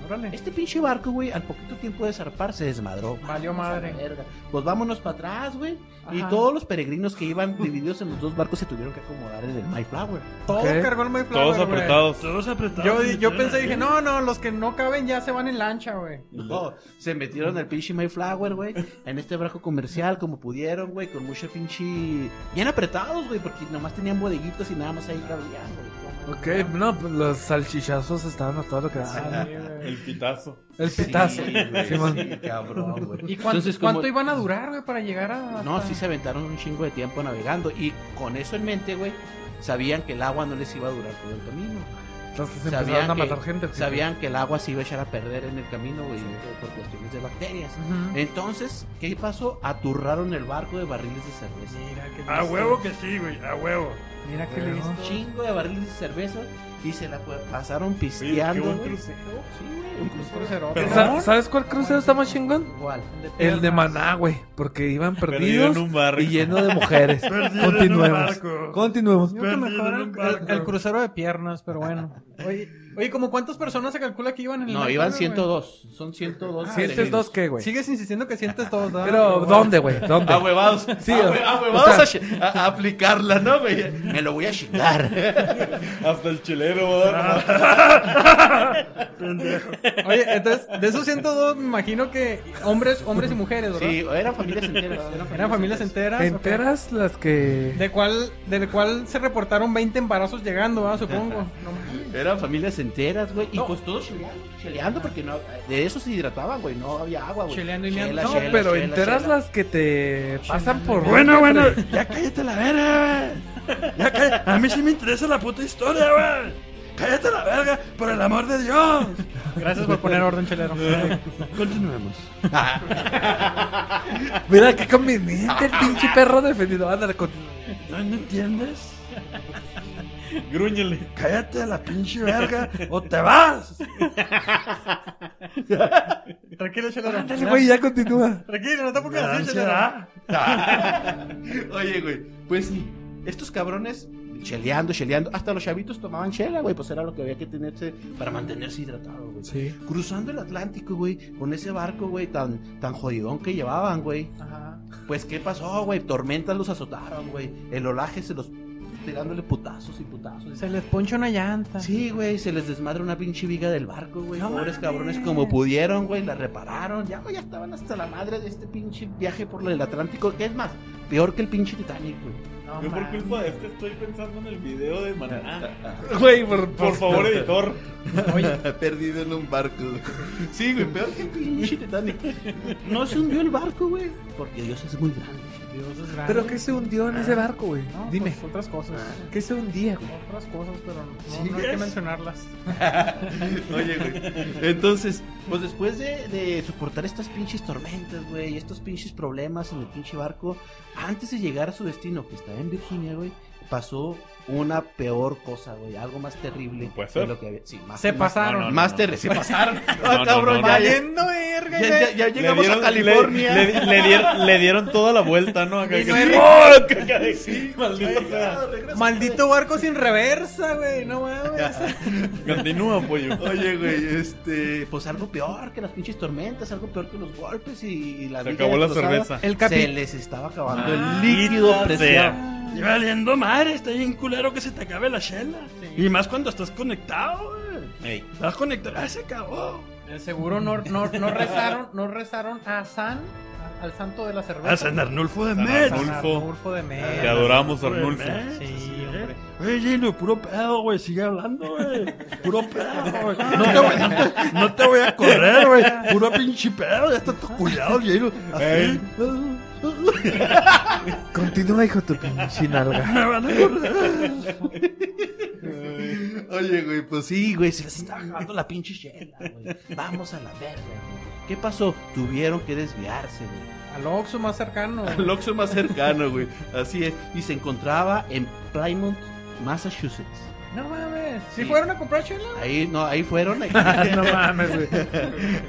S1: Órale.
S7: Este pinche barco, güey, al poquito tiempo de zarpar se desmadró.
S1: Valió
S7: Vamos a la
S1: madre.
S7: verga. Pues vámonos para atrás, güey. Y
S1: Ajá.
S7: todos los peregrinos que iban divididos en los dos barcos se tuvieron que acomodar en el Mayflower.
S1: Todo
S5: Ok.
S1: cargó el Mayflower,
S4: Todos
S1: güey.
S4: apretados.
S2: Todos apretados.
S1: Yo,
S2: y
S1: yo
S2: yo
S1: pensé,
S2: la-
S1: dije, no, no, los que no caben ya se van en lancha, güey.
S7: No, se metieron al pinche Mayflower, güey, en este barco comercial como pudieron, güey, con mucha pinche... Bien apretados, güey, porque nomás tenían bodeguitos y nada más ahí cabrían, güey.
S5: Ok, no, pues los salchichazos estaban a todo lo que
S7: Ah,
S5: daban.
S1: Sí, güey.
S4: El pitazo.
S5: El pitazo.
S7: Sí, güey,
S5: Simón.
S7: sí, cabrón, güey.
S1: ¿Y cuánto,
S7: Entonces, como-
S1: cuánto iban a durar, güey, para llegar a.?
S7: No,
S1: hasta-
S7: sí se aventaron un chingo de tiempo navegando y con eso en mente, güey, sabían que el agua no les iba a durar todo el camino.
S5: Entonces
S7: Sabían
S5: empezaron a
S7: que-
S5: matar gente. tipo.
S7: Sabían que el agua se iba a echar a perder en el camino, güey, eh, por cuestiones de bacterias.
S1: Ujú.
S7: Entonces, ¿qué pasó? Aturraron el barco de barriles de cerveza.
S2: A Ah, huevo que sí, güey, a huevo.
S1: Mira qué
S7: Pero
S1: listo.
S7: Un chingo de barriles de cerveza y se la fue- pasaron
S4: Oye, qué
S7: pisteando.
S4: buen
S7: güey.
S4: crucero.
S7: Sí, güey, un
S1: Un
S7: crucero.
S1: crucero.
S4: Pero-
S5: Sa- ¿Sabes cuál crucero está más chingón?
S7: Igual.
S5: El de Maná, güey. Porque iban
S4: Perdido
S5: perdidos
S4: en un barco.
S5: y lleno de mujeres.
S2: Perdido en un
S5: Continuemos.
S2: barco.
S5: Continuemos.
S1: Yo creo que
S2: Perdido
S1: mejor
S2: en un
S1: el,
S2: barco.
S1: el crucero de piernas, pero bueno. Oye, oye, ¿como cuántas personas se calcula que iban en el
S7: No,
S1: Night
S7: iban
S1: Terror,
S7: 102. Son 102.
S5: ¿Sientes Ah, dos qué,
S1: güey?
S5: güey?
S1: Sigues insistiendo que sientes todos, ¿verdad?
S5: Pero,
S1: Ah, bueno.
S5: ¿dónde, güey? ¿Dónde?
S3: Ahuevados.
S5: Sí,
S3: Ahue-
S5: o sea,
S3: ahuevados
S5: o
S3: a ch- a, a aplicarla, ¿no, güey?
S7: Me lo voy a chingar.
S4: Hasta el chileno va a dar más.
S2: Pendejo.
S1: Oye, entonces, de esos 102 me imagino que hombres, hombres y mujeres, ¿verdad?
S7: Sí, eran familias enteras.
S1: Eran familias enteras. ok.
S5: ¿Enteras las que...?
S1: De cuál, del cual se reportaron 20 embarazos llegando, ¿verdad? Supongo. No,
S7: Eran familias enteras, güey. Y pues todos cheleando, cheleando porque no, de eso se hidrataban, güey. No había agua, güey.
S1: Cheleando y meando.
S5: No,
S7: chela,
S5: pero
S7: chela,
S5: enteras
S7: chela.
S5: las que te pasan por...
S2: Bueno, bueno, ya cállate la verga, güey. Ya cállate. A mí sí me interesa la puta historia, güey. Cállate la verga, por el amor de Dios.
S1: Gracias por poner orden, chelero.
S2: Continuemos.
S5: Mira qué conveniente el pinche perro defendido. Ándale, con...
S2: ¿No, no entiendes?
S4: Grúñele.
S2: Cállate a la pinche verga o te vas.
S1: Tranquilo, chelero.
S5: Ándale, güey, ya continúa.
S1: Tranquilo, no te pongas así, chelero.
S2: Ansiedad.
S7: Oye, güey, pues sí, estos cabrones cheleando, cheleando, hasta los chavitos tomaban chela, güey, pues era lo que había que tenerse para mantenerse hidratado, güey.
S5: Sí.
S7: Cruzando el Atlántico, güey, con ese barco, güey, tan, tan jodidón que llevaban, güey. Pues, ¿qué pasó, güey? Tormentas los azotaron, güey. El olaje se los... tirándole putazos y putazos.
S1: Se les poncha una llanta.
S7: Sí, güey, se les desmadra una pinche viga del barco, güey. Pobres cabrones como pudieron, güey, la repararon. Ya, ya estaban hasta la madre de este pinche viaje por el Atlántico. Que es más, peor que el pinche Titanic, güey.
S1: No,
S4: Yo por
S1: man.
S4: culpa de este estoy pensando en el video de Maná.
S5: Güey, por,
S4: Por favor, editor.
S1: Oye,
S3: Perdido en un barco.
S7: Sí, güey, peor que el pinche Titanic. No se hundió el barco, güey. Porque Dios es muy grande.
S1: Dios es grande.
S5: ¿Pero qué se hundió en ese barco, güey?
S1: No,
S5: Dime.
S1: pues, otras cosas.
S4: Ah.
S5: ¿Qué se hundía, güey?
S1: Otras cosas, pero no,
S7: Sí,
S1: no hay que
S7: es.
S1: mencionarlas.
S7: Oye, güey. Entonces, pues después de, de soportar estas pinches tormentas, güey, y estos pinches problemas en el pinche barco, antes de llegar a su destino, que estaba en Virginia, güey, pasó una peor cosa, güey, algo más terrible
S4: Puede
S7: de
S4: ser.
S7: lo que había. Sí, más,
S1: Se
S7: más-
S1: pasaron.
S4: Ah, pues, no, no,
S7: más
S4: no.
S7: terrible, se pasaron.
S4: No,
S7: Ah,
S4: no,
S7: cabrón,
S4: no,
S7: ya,
S4: no.
S7: ya-
S1: Yendo, verga.
S7: ya- ya- ya llegamos a California.
S4: Le, le- le dieron, le dieron toda la vuelta, ¿no? Acá,
S1: Y
S4: que-
S1: no hay-
S4: ¡Oh, caca de- maldito sea.
S1: Maldito barco sin reversa, güey. No mames.
S4: Continúa, pollo.
S7: Oye, güey, este, pues algo peor que las pinches tormentas, algo peor que los golpes y, y la
S4: Se
S7: vida
S4: acabó la
S7: destrozada.
S4: cerveza.
S1: El
S7: Se
S1: capi.
S7: les estaba acabando el
S4: Maldita
S7: líquido
S4: sea.
S7: preciado.
S2: Y valiendo madre, está bien culero que se te acabe la chela.
S1: Sí.
S2: Y más cuando estás conectado, güey.
S4: Ey,
S2: Estás conectado. Ah, se acabó.
S1: El seguro no, no, no rezaron, no rezaron a San, a- al santo de la cerveza.
S2: A Ah, San Arnulfo de
S4: San
S2: Metz.
S4: Arnulfo.
S1: San Arnulfo de Mera.
S4: te adoramos, Arnulfo.
S2: Arnulfo.
S1: Sí, hombre.
S2: eh. Oye, Gino, puro pedo, güey. Sigue hablando, güey. Puro pedo, güey. No te voy, no te- no te voy a correr, güey. Puro pinche pedo. Ya está todo culiado, Gino. Así.
S4: Ey.
S5: Continúa, hijo de tu pinche nalga.
S2: Me van a correr.
S7: Oye, güey, pues sí, güey, se les estaba acabando la pinche chela, güey. Vamos a la verga, güey. ¿Qué pasó? Tuvieron que desviarse, güey.
S1: Al Oxxo más cercano.
S7: Al Oxxo más cercano, güey. Así es. Y se encontraba en Plymouth, Massachusetts.
S1: No mames. ¿Sí,
S7: Sí.
S1: fueron a comprar chela?
S7: Ahí, no, ahí fueron. Ahí,
S5: no mames, güey.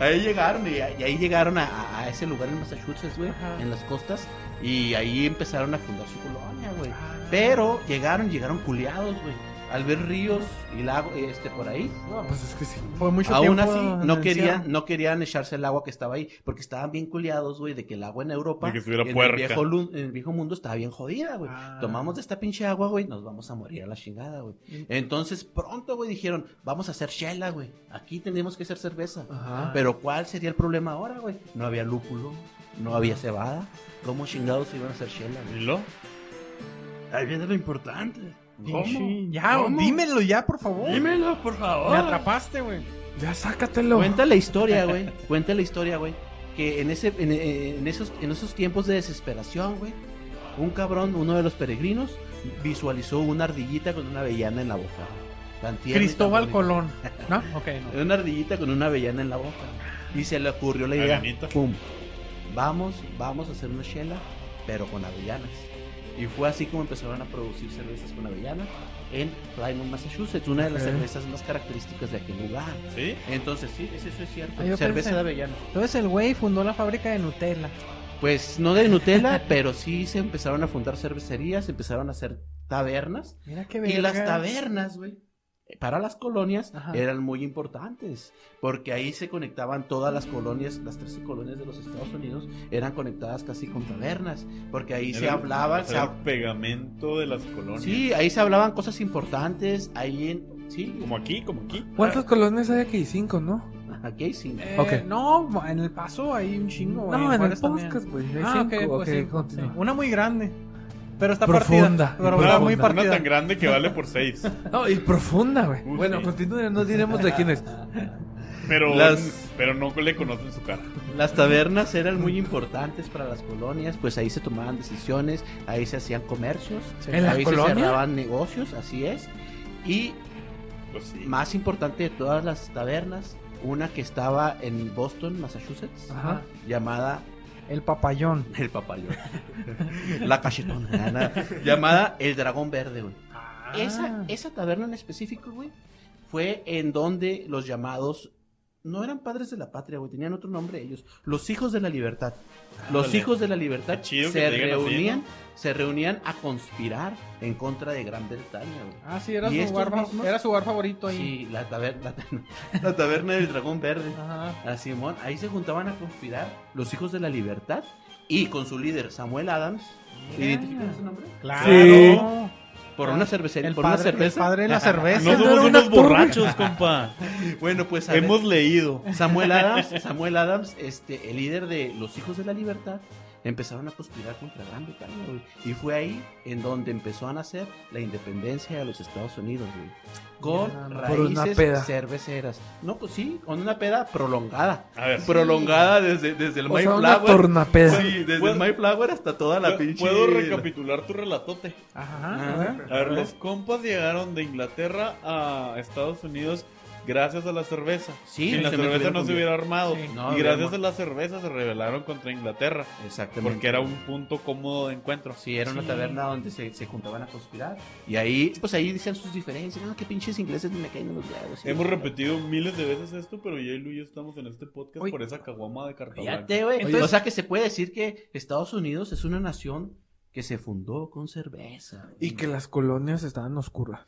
S7: ahí llegaron, y, y ahí llegaron a- a, a ese lugar en Massachusetts, güey,
S1: Ajá.
S7: en las costas. Y ahí empezaron a fundar su colonia, güey. Pero llegaron, llegaron culiados, güey. Al ver ríos y lagos, este, por ahí.
S1: No, pues es que sí. Fue mucho
S7: Aún
S1: tiempo
S7: así,
S1: en
S7: no
S1: el
S7: querían,
S1: cierre.
S7: no querían echarse el agua que estaba ahí, porque estaban bien culiados, güey, de que el agua en Europa,
S4: De que estuviera
S7: en,
S4: puerca.
S7: El viejo, lu- en el viejo mundo, estaba bien jodida, güey.
S1: Ah.
S7: Tomamos de esta pinche agua, güey, nos vamos a morir a la chingada, güey. Entonces, pronto, güey, dijeron, vamos a hacer chela, güey. Aquí tenemos que hacer cerveza.
S1: Ajá.
S7: Pero, ¿cuál sería el problema ahora, güey? No había lúpulo, no había cebada. ¿Cómo chingados iban a hacer chela, güey?
S4: ¿Y lo?
S2: Ahí viene lo importante.
S1: Pinche- Ya,
S2: ¿Cómo?
S1: dímelo ya, por favor.
S2: Dímelo, por
S1: Me
S2: favor.
S1: atrapaste, güey.
S5: Ya sácatelo.
S7: Cuenta la historia, güey. Cuenta la historia, güey. Que en, ese, en, eh, en esos, en esos tiempos de desesperación, güey, un cabrón, uno de los peregrinos, visualizó una ardillita con una avellana en la boca. güey. Antier,
S1: Cristóbal
S7: Tamaulipas.
S1: Colón. ¿No? Ok, no.
S7: Era una ardillita con una avellana en la boca. Y se le ocurrió la idea.
S4: Avenita.
S7: Pum. Vamos, vamos a hacer una chela, pero con avellanas. Y fue así como empezaron a producir cervezas con avellana en Plymouth, Massachusetts, una de las
S5: Ok.
S7: cervezas más características de aquel lugar.
S4: ¿Sí?
S7: Entonces, sí, eso eso es cierto.
S1: Ah, yo
S7: Cerveza
S1: pensé.
S7: de avellana.
S1: Entonces el güey fundó la fábrica de Nutella.
S7: Pues no de Nutella, pero sí se empezaron a fundar cervecerías, se empezaron a hacer tabernas.
S1: Mira qué
S7: Y
S1: verga.
S7: las tabernas, güey, para las colonias
S1: Ajá.
S7: eran muy importantes, porque ahí se conectaban todas las colonias, las 13 colonias de los Estados Unidos eran conectadas casi con tabernas, porque ahí se
S4: Era-
S7: hablaban, se
S4: era
S7: hab-
S4: el pegamento de las colonias.
S7: sí, ahí se hablaban cosas importantes, ahí en, sí,
S4: Como aquí, como aquí.
S5: ¿Cuántos colones hay aquí? Cinco, ¿no?
S7: aquí hay cinco.
S1: Eh,
S5: Ok.
S1: No, en el paso hay un chingo. güey,
S5: No, en el
S1: Juárez también.
S5: podcast, güey. Hay
S1: Ah, ok,
S5: cinco.
S1: pues sí,
S5: ok, continúa.
S1: sí. Una muy grande. Pero está
S5: Profunda,
S1: partida. Pero
S5: profunda.
S1: está muy
S4: una, una
S1: partida.
S4: tan grande que vale por seis.
S5: No, y profunda, güey.
S4: Uy,
S5: Bueno,
S4: sí.
S5: continúen, no diremos de quién es.
S4: Pero,
S7: Las-
S4: pero no le conocen su cara.
S7: Las tabernas eran muy importantes para las colonias, pues ahí se tomaban decisiones, ahí se hacían comercios,
S5: ¿En la
S7: ahí
S5: colonia?
S7: se cerraban negocios, así es. Y
S4: Pues sí.
S7: más importante de todas las tabernas, una que estaba en Boston, Massachusetts,
S5: Ah.
S1: Ajá.
S7: llamada
S1: El papayón.
S7: El Papayón, la cachetona, na- llamada El Dragón Verde, güey. Ah.
S4: Ah.
S7: Esa, eh, esa taberna en específico, güey, fue en donde los llamados no eran padres de la patria, güey, tenían otro nombre ellos, los hijos de la libertad. Los
S4: Ándale.
S7: hijos de la libertad
S4: Qué chido que
S7: se
S4: te digan así,
S7: reunían, se reunían a conspirar en contra de Gran Bretaña, güey.
S1: Ah, sí, era
S7: ¿Y
S1: su,
S7: estos
S1: bar, fa-
S7: mismos?
S1: era su bar favorito ahí.
S7: Sí, la taberna, la, la taberna del dragón verde.
S1: Ajá.
S7: A Simón, ahí se juntaban a conspirar los hijos de la libertad y con su líder Samuel Adams.
S1: Mira.
S7: ¿Identifican ese nombre?
S1: Claro.
S5: Sí.
S7: Por una cervecería,
S1: El
S7: por
S1: padre,
S7: una cerveza.
S1: el padre de la cerveza.
S5: no
S4: No somos
S5: era un
S4: unos
S5: actor, güey.
S4: borrachos, compa.
S7: Bueno, pues a ver,
S4: Hemos leído.
S7: Samuel Adams, Samuel Adams, este, el líder de los hijos de la libertad, empezaron a conspirar contra Gran Bretaña, güey. Y fue ahí en donde empezó a nacer la independencia de los Estados Unidos, güey. Con
S1: Mira, nada más.
S5: Por una
S7: raíces
S5: peda.
S7: cerveceras. No, pues sí, con una peda prolongada.
S4: A ver,
S7: Prolongada desde, desde el
S5: O sea, una
S7: Mayflower.
S5: tornapeda.
S7: Sí, desde
S4: Puedo-
S7: el My Flower hasta toda la
S4: ¿puedo-
S7: pinche.
S4: ¿puedo recapitular tu relatote?
S1: Ajá.
S4: A ver, los compas llegaron de Inglaterra a Estados Unidos gracias a la cerveza.
S7: Sí,
S4: Sin la
S7: se me
S4: cerveza no
S7: tuvieron
S4: se hubiera armado.
S1: Sí.
S7: No,
S4: y gracias
S7: habíamos-
S4: a la cerveza se rebelaron contra Inglaterra.
S7: Exactamente.
S4: Porque era un punto cómodo de encuentro.
S7: Sí, era una taberna donde se, se juntaban a conspirar. Y ahí, pues ahí decían sus diferencias. No, que pinches ingleses me caen en los huevos. Y-
S4: Hemos repetido miles de veces esto, pero yo y Luis estamos en este podcast
S1: Oye.
S4: por esa caguama de carta blanca.
S7: Fíjate, güey.
S1: Entonces-
S7: o sea que se puede decir que Estados Unidos es una nación que se fundó con cerveza. güey.
S5: Y que las colonias estaban oscuras.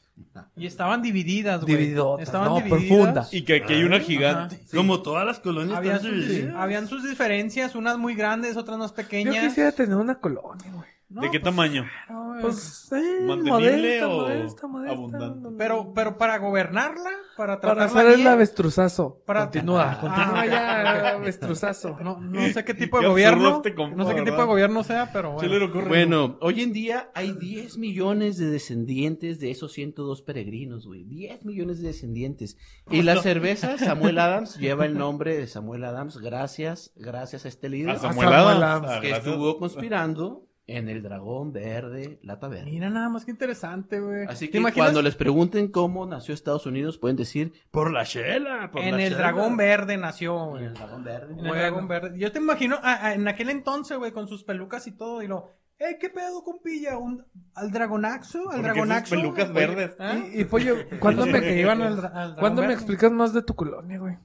S1: Y estaban divididas, güey.
S5: Divididotas.
S1: Estaban
S5: no,
S1: divididas.
S5: profundas.
S4: Y que aquí hay una gigante.
S1: Ajá.
S2: Como todas las colonias
S1: Habían
S2: están
S1: sus,
S2: divididas.
S1: habían sus diferencias, unas muy grandes, otras más
S5: Yo
S1: pequeñas.
S5: quisiera tener una colonia, güey.
S1: No,
S4: ¿De qué
S1: pues,
S4: tamaño?
S1: claro, güey.
S5: Pues, eh,
S4: ¿Mantenible
S5: modesta,
S4: o
S5: modesta, modesta.
S4: abundante?
S5: no, no.
S1: pero, pero para gobernarla, para
S5: Para
S1: tratarla
S5: hacer el
S1: bien,
S5: avestruzazo.
S1: Para-
S5: Continúa, continúa.
S1: Ah,
S5: ya, avestruzazo.
S1: no, no sé qué tipo
S4: Qué
S1: de
S4: absurdo
S1: gobierno,
S4: este compa,
S1: no sé qué tipo de
S4: ¿verdad?
S1: gobierno sea, pero
S4: Se le
S1: bueno.
S4: ocurre,
S7: Bueno, hoy en día hay 10 millones de descendientes de esos 102 peregrinos, güey. 10 millones de descendientes. Y la cerveza, Samuel Adams, lleva el nombre de Samuel Adams gracias, gracias a este
S4: ¿no?
S7: líder
S4: A
S5: Samuel
S4: Samuel Adams.
S5: Adams,
S4: Ah,
S7: que
S4: gracias.
S7: estuvo pues, conspirando en el Dragón Verde, la taberna.
S1: Mira nada más que interesante, güey.
S7: Así
S1: ¿Te
S7: que
S1: imaginas
S7: cuando les pregunten cómo nació Estados Unidos, pueden decir
S2: Por la chela. Por
S1: en
S2: la
S1: el
S2: chela.
S1: dragón verde nació,
S7: en
S1: güey.
S7: el Dragón Verde.
S1: En el dragón verde. Yo te imagino a- a- en aquel entonces, güey, con sus pelucas y todo, y lo, eh, qué pedo, compilla, un, al dragonaxo, al
S4: Porque
S1: dragonaxo.
S4: esas pelucas
S1: Oye,
S4: verdes.
S1: ¿ah?
S5: Y, y, pollo, ¿cuándo
S1: Los que
S5: me,
S1: iban al, dra- al
S5: ¿cuándo
S1: dragón
S5: me
S1: verde.
S5: explicas más de tu colonia, güey?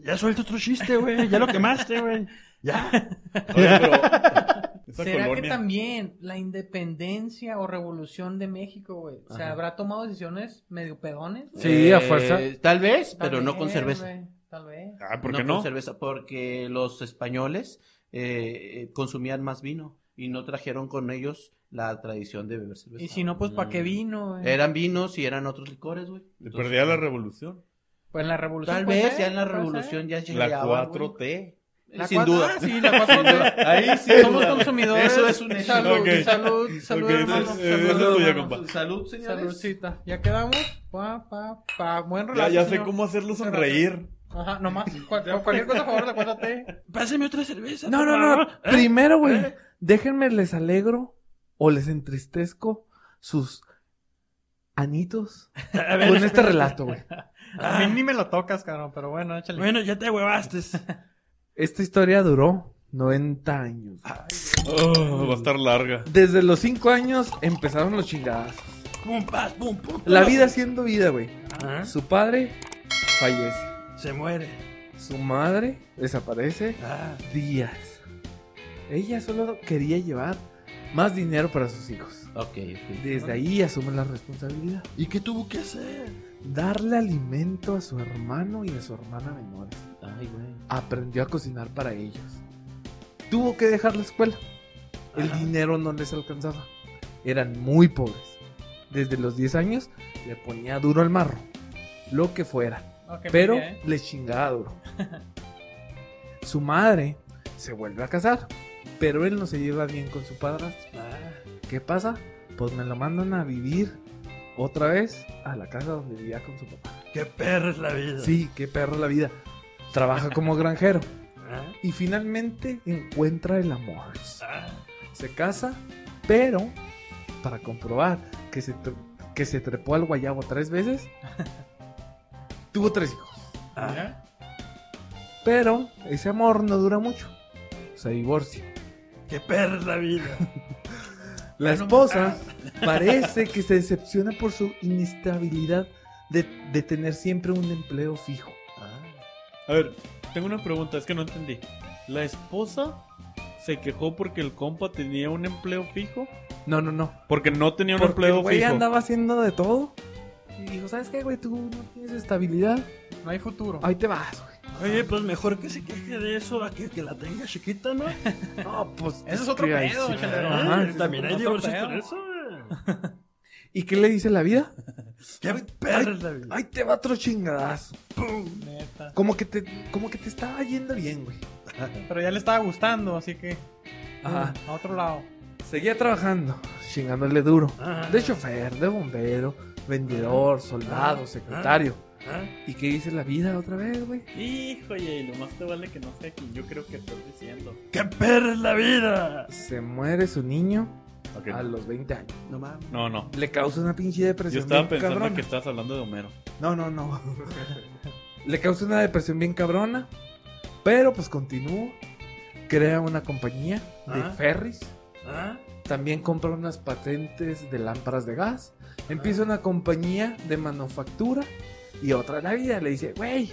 S2: Ya suelta otro chiste, güey. Ya lo quemaste, güey. Ya.
S4: Oye, pero esa
S1: ¿Será que
S4: colonia.
S1: también la independencia o revolución de México, güey? O sea,
S7: Ajá.
S1: ¿habrá tomado decisiones medio pedones? güey?
S5: Sí,
S4: Eh,
S5: a fuerza.
S7: Tal vez,
S1: Tal
S7: pero no con
S1: vez,
S7: cerveza.
S1: güey, Tal vez.
S4: Ah, ¿por qué
S7: no
S4: no?
S7: con cerveza, porque los españoles eh, eh, consumían más vino y no trajeron con ellos la tradición de beber cerveza.
S1: Y si no, pues ¿para
S7: Mm.
S1: qué vino, güey?
S7: Eran vinos y eran otros licores, güey.
S4: Le
S7: Entonces,
S4: perdía la revolución.
S1: Pues en la revolución.
S7: Tal
S1: puede
S7: vez
S1: ser,
S7: ya en la
S1: puede
S7: revolución ya
S4: La
S7: llegaba. güey.
S4: 4T.
S1: ser.
S7: Sin
S1: La cuatro-
S7: duda.
S1: Ah, sí, la cuatro-
S7: Ahí sí.
S1: Somos consumidores.
S7: Eso es un hecho.
S1: Salud,
S4: Ok.
S1: salud, salud,
S4: Ok,
S1: hermano.
S4: entonces, eh,
S1: salud,
S4: esa es tuya,
S1: hermano.
S4: compa.
S7: Salud, señores.
S1: Saludcita. Ya quedamos. Pa, pa, pa. Buen
S4: Ya,
S1: relato.
S4: ya sé
S1: señor.
S4: cómo hacerlo sonreír.
S1: Ajá, nomás. Cual- Cualquier cosa, por favor, acuérdate.
S2: Pásame otra cerveza.
S5: No,
S2: por
S5: no, no.
S2: favor. ¿Eh?
S5: Primero, güey,
S2: ¿Eh?
S5: déjenme les alegro o les entristezco sus anitos con este relato, güey.
S1: A mí ni me lo tocas, cabrón, pero bueno, échale.
S2: Ah. Bueno, ya te huevaste.
S5: Esta historia duró 90 años.
S4: Oh, va a estar larga.
S5: Desde los 5 años empezaron los chingadas.
S2: Pum, pas, pum, pum.
S5: La vida siendo vida, güey.
S2: Ah,
S5: Su padre fallece.
S2: Se muere.
S5: Su madre desaparece
S2: Ah,
S5: días. Ella solo quería llevar más dinero para sus hijos.
S7: Ok, ok.
S5: Desde ahí asume la responsabilidad.
S2: ¿Y qué tuvo que hacer?
S5: Darle alimento a su hermano y a su hermana menores.
S7: Ay, güey.
S5: Aprendió a cocinar para ellos. Tuvo que dejar la escuela. El dinero no les alcanzaba. Eran muy pobres. Desde los 10 años le ponía duro al marro. Lo que fuera.
S1: No, qué
S5: pero
S1: envidia, ¿eh?
S5: le chingaba duro. su madre se vuelve a casar, pero él no se lleva bien con su padrastro.
S2: Ah.
S5: ¿Qué pasa? Pues me lo mandan a vivir otra vez a la casa donde vivía con su papá.
S2: Qué perra es la vida.
S5: Sí, qué perro la vida. Trabaja como granjero
S2: Ah,
S5: y finalmente encuentra el amor.
S2: ah,
S5: Se casa, pero para comprobar que se, tr- que se trepó al guayabo tres veces, tuvo tres hijos.
S2: ah.
S5: Pero ese amor no dura mucho. Se divorcia.
S2: Qué perra es la vida.
S5: La esposa parece que se decepciona por su inestabilidad de, de tener siempre un empleo fijo.
S4: A ver, tengo una pregunta, es que no entendí. ¿La esposa se quejó porque el compa tenía un empleo fijo?
S5: No, no, no.
S4: Porque no tenía un
S5: Porque el
S4: empleo
S5: güey
S4: fijo.
S5: andaba haciendo de todo. Y dijo, ¿sabes qué, güey? Tú no tienes estabilidad.
S1: eh. No hay futuro.
S5: Ahí te vas, güey.
S2: Oye, pues mejor que se queje de eso a que, que la tenga chiquita, ¿no?
S5: No, pues...
S1: Ese es otro
S5: que ahí
S1: pedo,
S5: sí.
S1: chalero.
S5: Ajá.
S2: Ajá, también hay
S1: otro
S2: divorcios
S1: pedo.
S2: por eso, güey.
S5: ¿Y qué le dice la vida?
S2: Qué perra es la vida.
S5: Ahí te va otro chingadazo.
S1: Neta.
S5: Como que te, como que te estaba yendo bien, güey.
S1: Pero ya le estaba gustando, así que. mm,
S5: Ajá.
S1: A otro lado.
S5: Seguía trabajando, chingándole duro.
S2: Ajá.
S5: De chofer, de bombero, vendedor, soldado, secretario.
S2: Ah,
S5: ¿Y qué dice la vida otra vez, güey?
S4: Híjole, y lo más te vale que no sea quien yo creo que estás diciendo.
S2: ¡Qué perra es la vida!
S5: Se muere su niño
S4: Ok,
S5: a los 20 años.
S7: No mames.
S4: No, no.
S5: Le causa una pinche
S4: Yo
S5: depresión.
S4: estaba
S5: bien
S4: pensando
S5: cabrona.
S4: que estabas hablando de Homero.
S5: No, no, no. Le causa una depresión bien cabrona. Pero pues continúa. Crea una compañía de
S2: Ah.
S5: ferries.
S2: Ah,
S5: También compra unas patentes de lámparas de gas. Empieza una compañía de manufactura. Y otra la vida le dice, güey,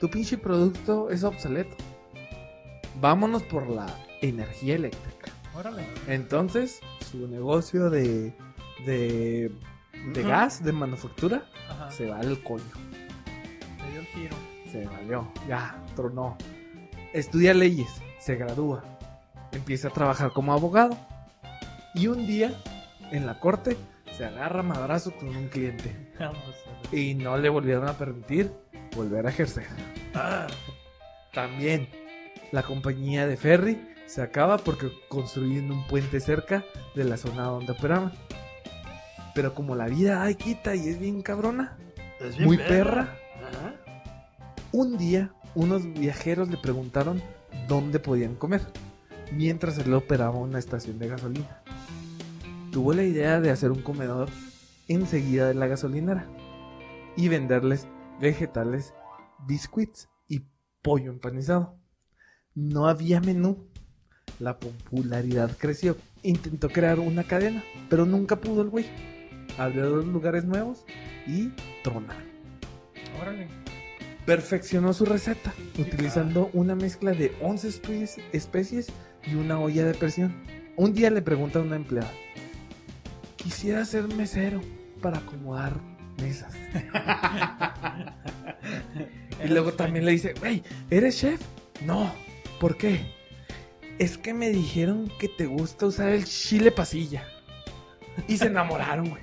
S5: tu pinche producto es obsoleto. Vámonos por la energía eléctrica.
S1: Órale.
S5: Entonces, su negocio de, de, de gas, de manufactura,
S1: Ajá.
S5: se va al coño.
S1: Le dio el giro.
S5: Se valió. Ya, tronó. Estudia leyes, se gradúa, empieza a trabajar como abogado. Y un día, en la corte, se agarra a madrazo con un cliente.
S1: Vamos.
S5: Y no le volvieron a permitir volver a ejercer.
S2: ah,
S5: También, la compañía de ferry se acaba porque construyen un puente cerca de la zona donde operaban. Pero como la vida ay quita y es bien cabrona,
S2: es bien
S5: muy perra,
S2: Ajá.
S5: Un día, unos viajeros le preguntaron dónde podían comer, mientras él operaba una estación de gasolina. Tuvo la idea de hacer un comedor enseguida de la gasolinera y venderles vegetales, biscuits y pollo empanizado. No había menú. La popularidad creció. Intentó crear una cadena, pero nunca pudo el güey. Abrió dos lugares nuevos y tronaron
S1: Órale.
S5: perfeccionó su receta utilizando una mezcla de 11 espe- especies y una olla de presión. Un día le pregunta a una empleada, quisiera ser mesero para acomodar mesas. y luego también le dice, güey, ¿eres chef? No, ¿por qué? Es que me dijeron que te gusta usar el chile pasilla. Y se enamoraron, güey.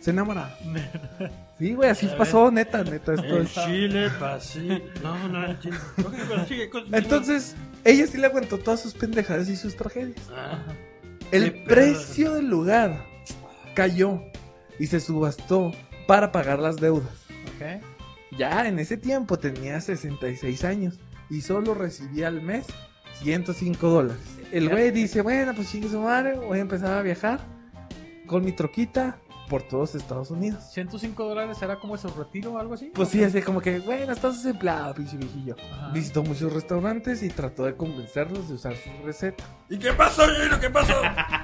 S5: Se enamoraron. Sí, güey, así
S2: A ver.
S5: pasó, neta, neta. Esto
S2: El
S5: es...
S2: chile, pasí. No, no, el chile. Ok, pero sigue con-
S5: Entonces, ella sí le aguantó todas sus pendejadas y sus tragedias.
S2: Ah, Qué
S5: El
S2: pedo.
S5: precio del lugar cayó y se subastó para pagar las deudas.
S1: Ok.
S5: Ya en ese tiempo tenía 66 años y solo recibía al mes 105 dólares. El güey dice, bueno, pues chingue su madre, voy a empezar a viajar con mi troquita, por todos Estados Unidos.
S1: 105 dólares era como su retiro o algo así.
S5: Pues sí, así como que, bueno, estás desempleado, pinche viejillo.
S1: Ajá.
S5: Visitó muchos restaurantes y trató de convencerlos de usar su receta.
S2: ¿Y qué pasó, Jairo? ¿Qué pasó?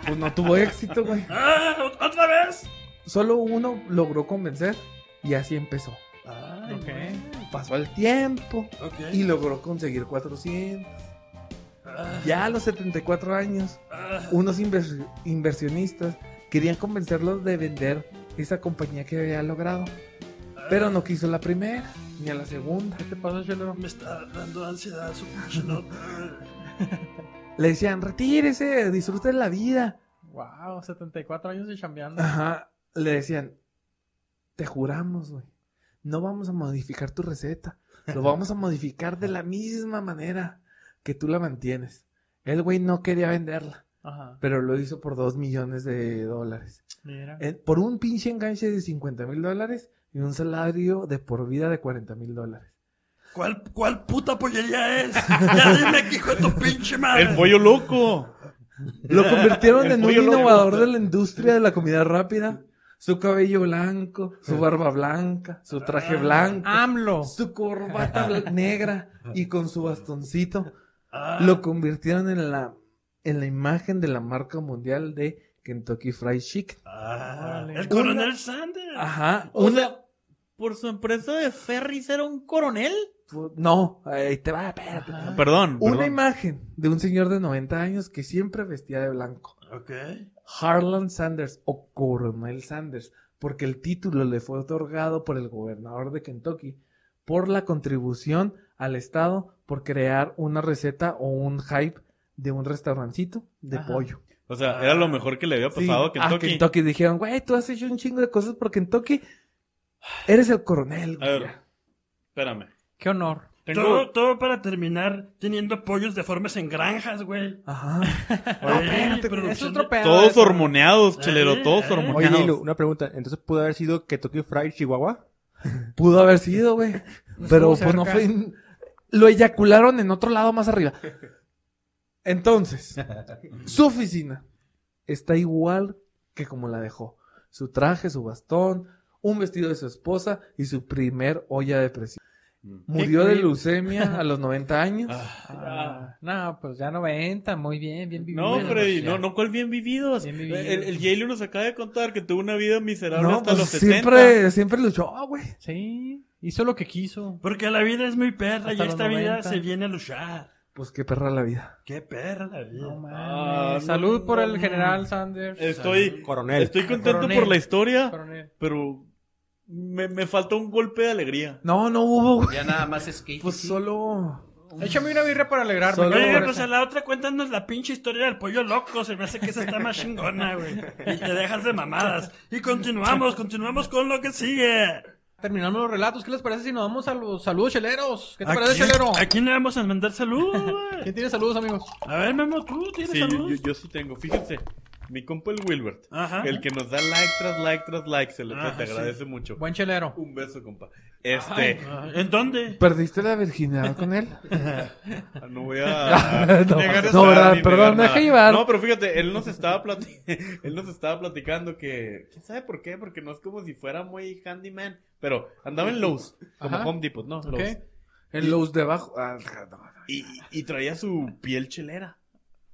S5: Pues no tuvo éxito, güey.
S2: ¡Ah! ot- ¿Otra vez?
S5: Solo uno logró convencer y así empezó.
S2: Ay,
S1: Ok.
S5: Pasó el tiempo
S2: güey. Ok.
S5: y logró conseguir 400.
S2: Ah,
S5: Ya a los 74 años,
S2: ah.
S5: unos inver- inversionistas querían convencerlos de vender esa compañía que había logrado. Pero no quiso la primera ni a la segunda.
S1: ¿Qué te pasó, Chelo?
S2: Me está dando ansiedad su pinche nota.
S5: Le decían, retírese, disfrute la vida.
S1: Wow, 74 años y chambeando.
S5: Ajá. Le decían, te juramos, güey. No vamos a modificar tu receta. Lo vamos a modificar de la misma manera que tú la mantienes. El güey no quería venderla,
S1: Ajá.
S5: pero lo hizo por 2 millones de dólares.
S1: Mira.
S5: Eh, por un pinche enganche de 50 mil dólares y un salario de por vida de 40 mil dólares.
S2: ¿Cuál, ¿Cuál puta pollería es? Ya dime que hijo de tu pinche madre.
S4: El pollo loco.
S5: Lo convirtieron
S4: El
S5: en un
S4: pollo loco.
S5: innovador de la industria de la comida rápida. Su cabello blanco, su barba blanca, su traje blanco,
S1: AMLO.
S5: su corbata bla- negra y con su bastoncito.
S2: Ah,
S5: Lo convirtieron en la, en la imagen de la marca mundial de Kentucky Fried Chicken.
S2: ah,
S1: Órale.
S2: el coronel Sanders.
S5: Ajá.
S4: O
S5: una-
S4: sea, por su empresa de ferries era un coronel.
S5: pu- no, ahí te va, espérate.
S4: Perdón.
S5: Una
S4: perdón.
S5: imagen de un señor de 90 años que siempre vestía de blanco.
S2: Ok.
S5: Harlan Sanders o Coronel Sanders, porque el título le fue otorgado por el gobernador de Kentucky por la contribución al Estado por crear una receta o un hype de un restaurancito de
S1: Ajá.
S5: pollo.
S4: O sea, era lo mejor Ah, que le había
S5: Sí,
S4: pasado a Kentucky.
S5: A Kentucky dijeron, güey, tú has hecho un chingo de cosas por Kentucky. Eres el coronel,
S4: A
S5: güey.
S4: ver, espérame.
S1: Qué honor.
S2: Todo, todo para terminar teniendo pollos deformes en granjas, güey.
S5: Ajá.
S2: Oye,
S5: espérate, güey,
S1: Es
S2: producción
S1: otro
S2: de-
S1: pedo.
S4: Todos
S1: eso.
S4: hormoneados,
S2: Eh,
S4: chelero, todos
S2: eh.
S6: Oye,
S4: hormoneados.
S6: Lilu, una pregunta. Entonces, ¿pudo haber sido Kentucky Fried Chihuahua?
S5: Pudo haber sido, güey.
S1: No
S5: Pero
S1: estuvo
S5: pues no
S1: cerca.
S5: fue. en- Lo eyacularon en otro lado más arriba. Entonces, su oficina está igual que como la dejó. Su traje, su bastón, un vestido de su esposa y su primer olla de presión.
S4: Mm.
S5: Murió
S1: Qué
S5: de
S1: creep.
S5: leucemia a los 90 años.
S6: Ah,
S1: Ah, no, pues ya 90, muy bien, bien vivido.
S4: No,
S1: Bueno,
S4: Freddy,
S1: pues ya.
S4: no, no, ¿cuál bien vividos?
S1: Bien vividos.
S4: El, el J-Lo nos acaba de contar que tuvo una vida miserable
S5: No,
S4: hasta
S5: pues
S4: los 70.
S5: siempre, siempre luchó, güey.
S1: Sí, hizo lo que quiso.
S2: Porque la vida es muy perra
S1: Hasta
S2: y
S1: los
S2: esta vida
S1: 90.
S2: se viene a luchar.
S5: Pues qué perra la vida.
S2: Qué perra la vida.
S1: No mames.
S4: Ah,
S1: Salud
S4: no,
S1: por
S4: no.
S1: el general Sanders.
S4: Estoy,
S6: Coronel.
S4: estoy contento
S1: Coronel.
S4: por la historia,
S1: Coronel.
S4: pero me, me falta un golpe de alegría.
S5: No, no hubo, güey.
S7: Ya nada más es que.
S5: Pues solo.
S1: Échame una birra para alegrarme.
S5: Solo-
S1: ¿cómo
S2: Oye,
S1: ves?
S2: pues a la otra cuéntanos la pinche historia del pollo loco. Se me hace que esa está más chingona, güey. Y te dejas de mamadas. Y continuamos, continuamos con lo que sigue.
S1: Terminando los relatos, ¿qué les parece si nos vamos a los saludos cheleros? ¿Qué te
S2: ¿A
S1: parece,
S2: quién-
S1: chelero?
S2: ¿A quién le vamos a mandar saludos, güey?
S1: ¿Quién tiene saludos, amigos?
S2: A ver, Memo, tú tienes
S4: Sí, yo,
S2: saludos.
S4: yo- yo sí tengo. Fíjense, mi compa el Wilbert,
S2: Ajá.
S4: el que nos da like tras like tras like, se le
S2: Ajá,
S4: te
S2: sí.
S4: agradece mucho.
S1: Buen chelero.
S4: Un beso, compa. Este,
S2: Ay, ah, ¿En dónde?
S5: ¿Perdiste la virginidad con él?
S4: No voy a
S5: No,
S4: negar
S5: no,
S4: esa-
S5: verdad,
S4: ni
S5: perdón,
S4: negar
S5: me dejé
S4: nada.
S5: llevar.
S4: No, pero fíjate, él nos estaba plati- él nos estaba platicando que quién sabe por qué, porque no es como si fuera muy handyman, pero andaba en Lowe's, como
S1: Ajá.
S4: Home Depot, ¿no?
S1: Ok.
S4: Lowe's.
S5: En los debajo. Ah, no.
S4: Y, y traía su piel chelera,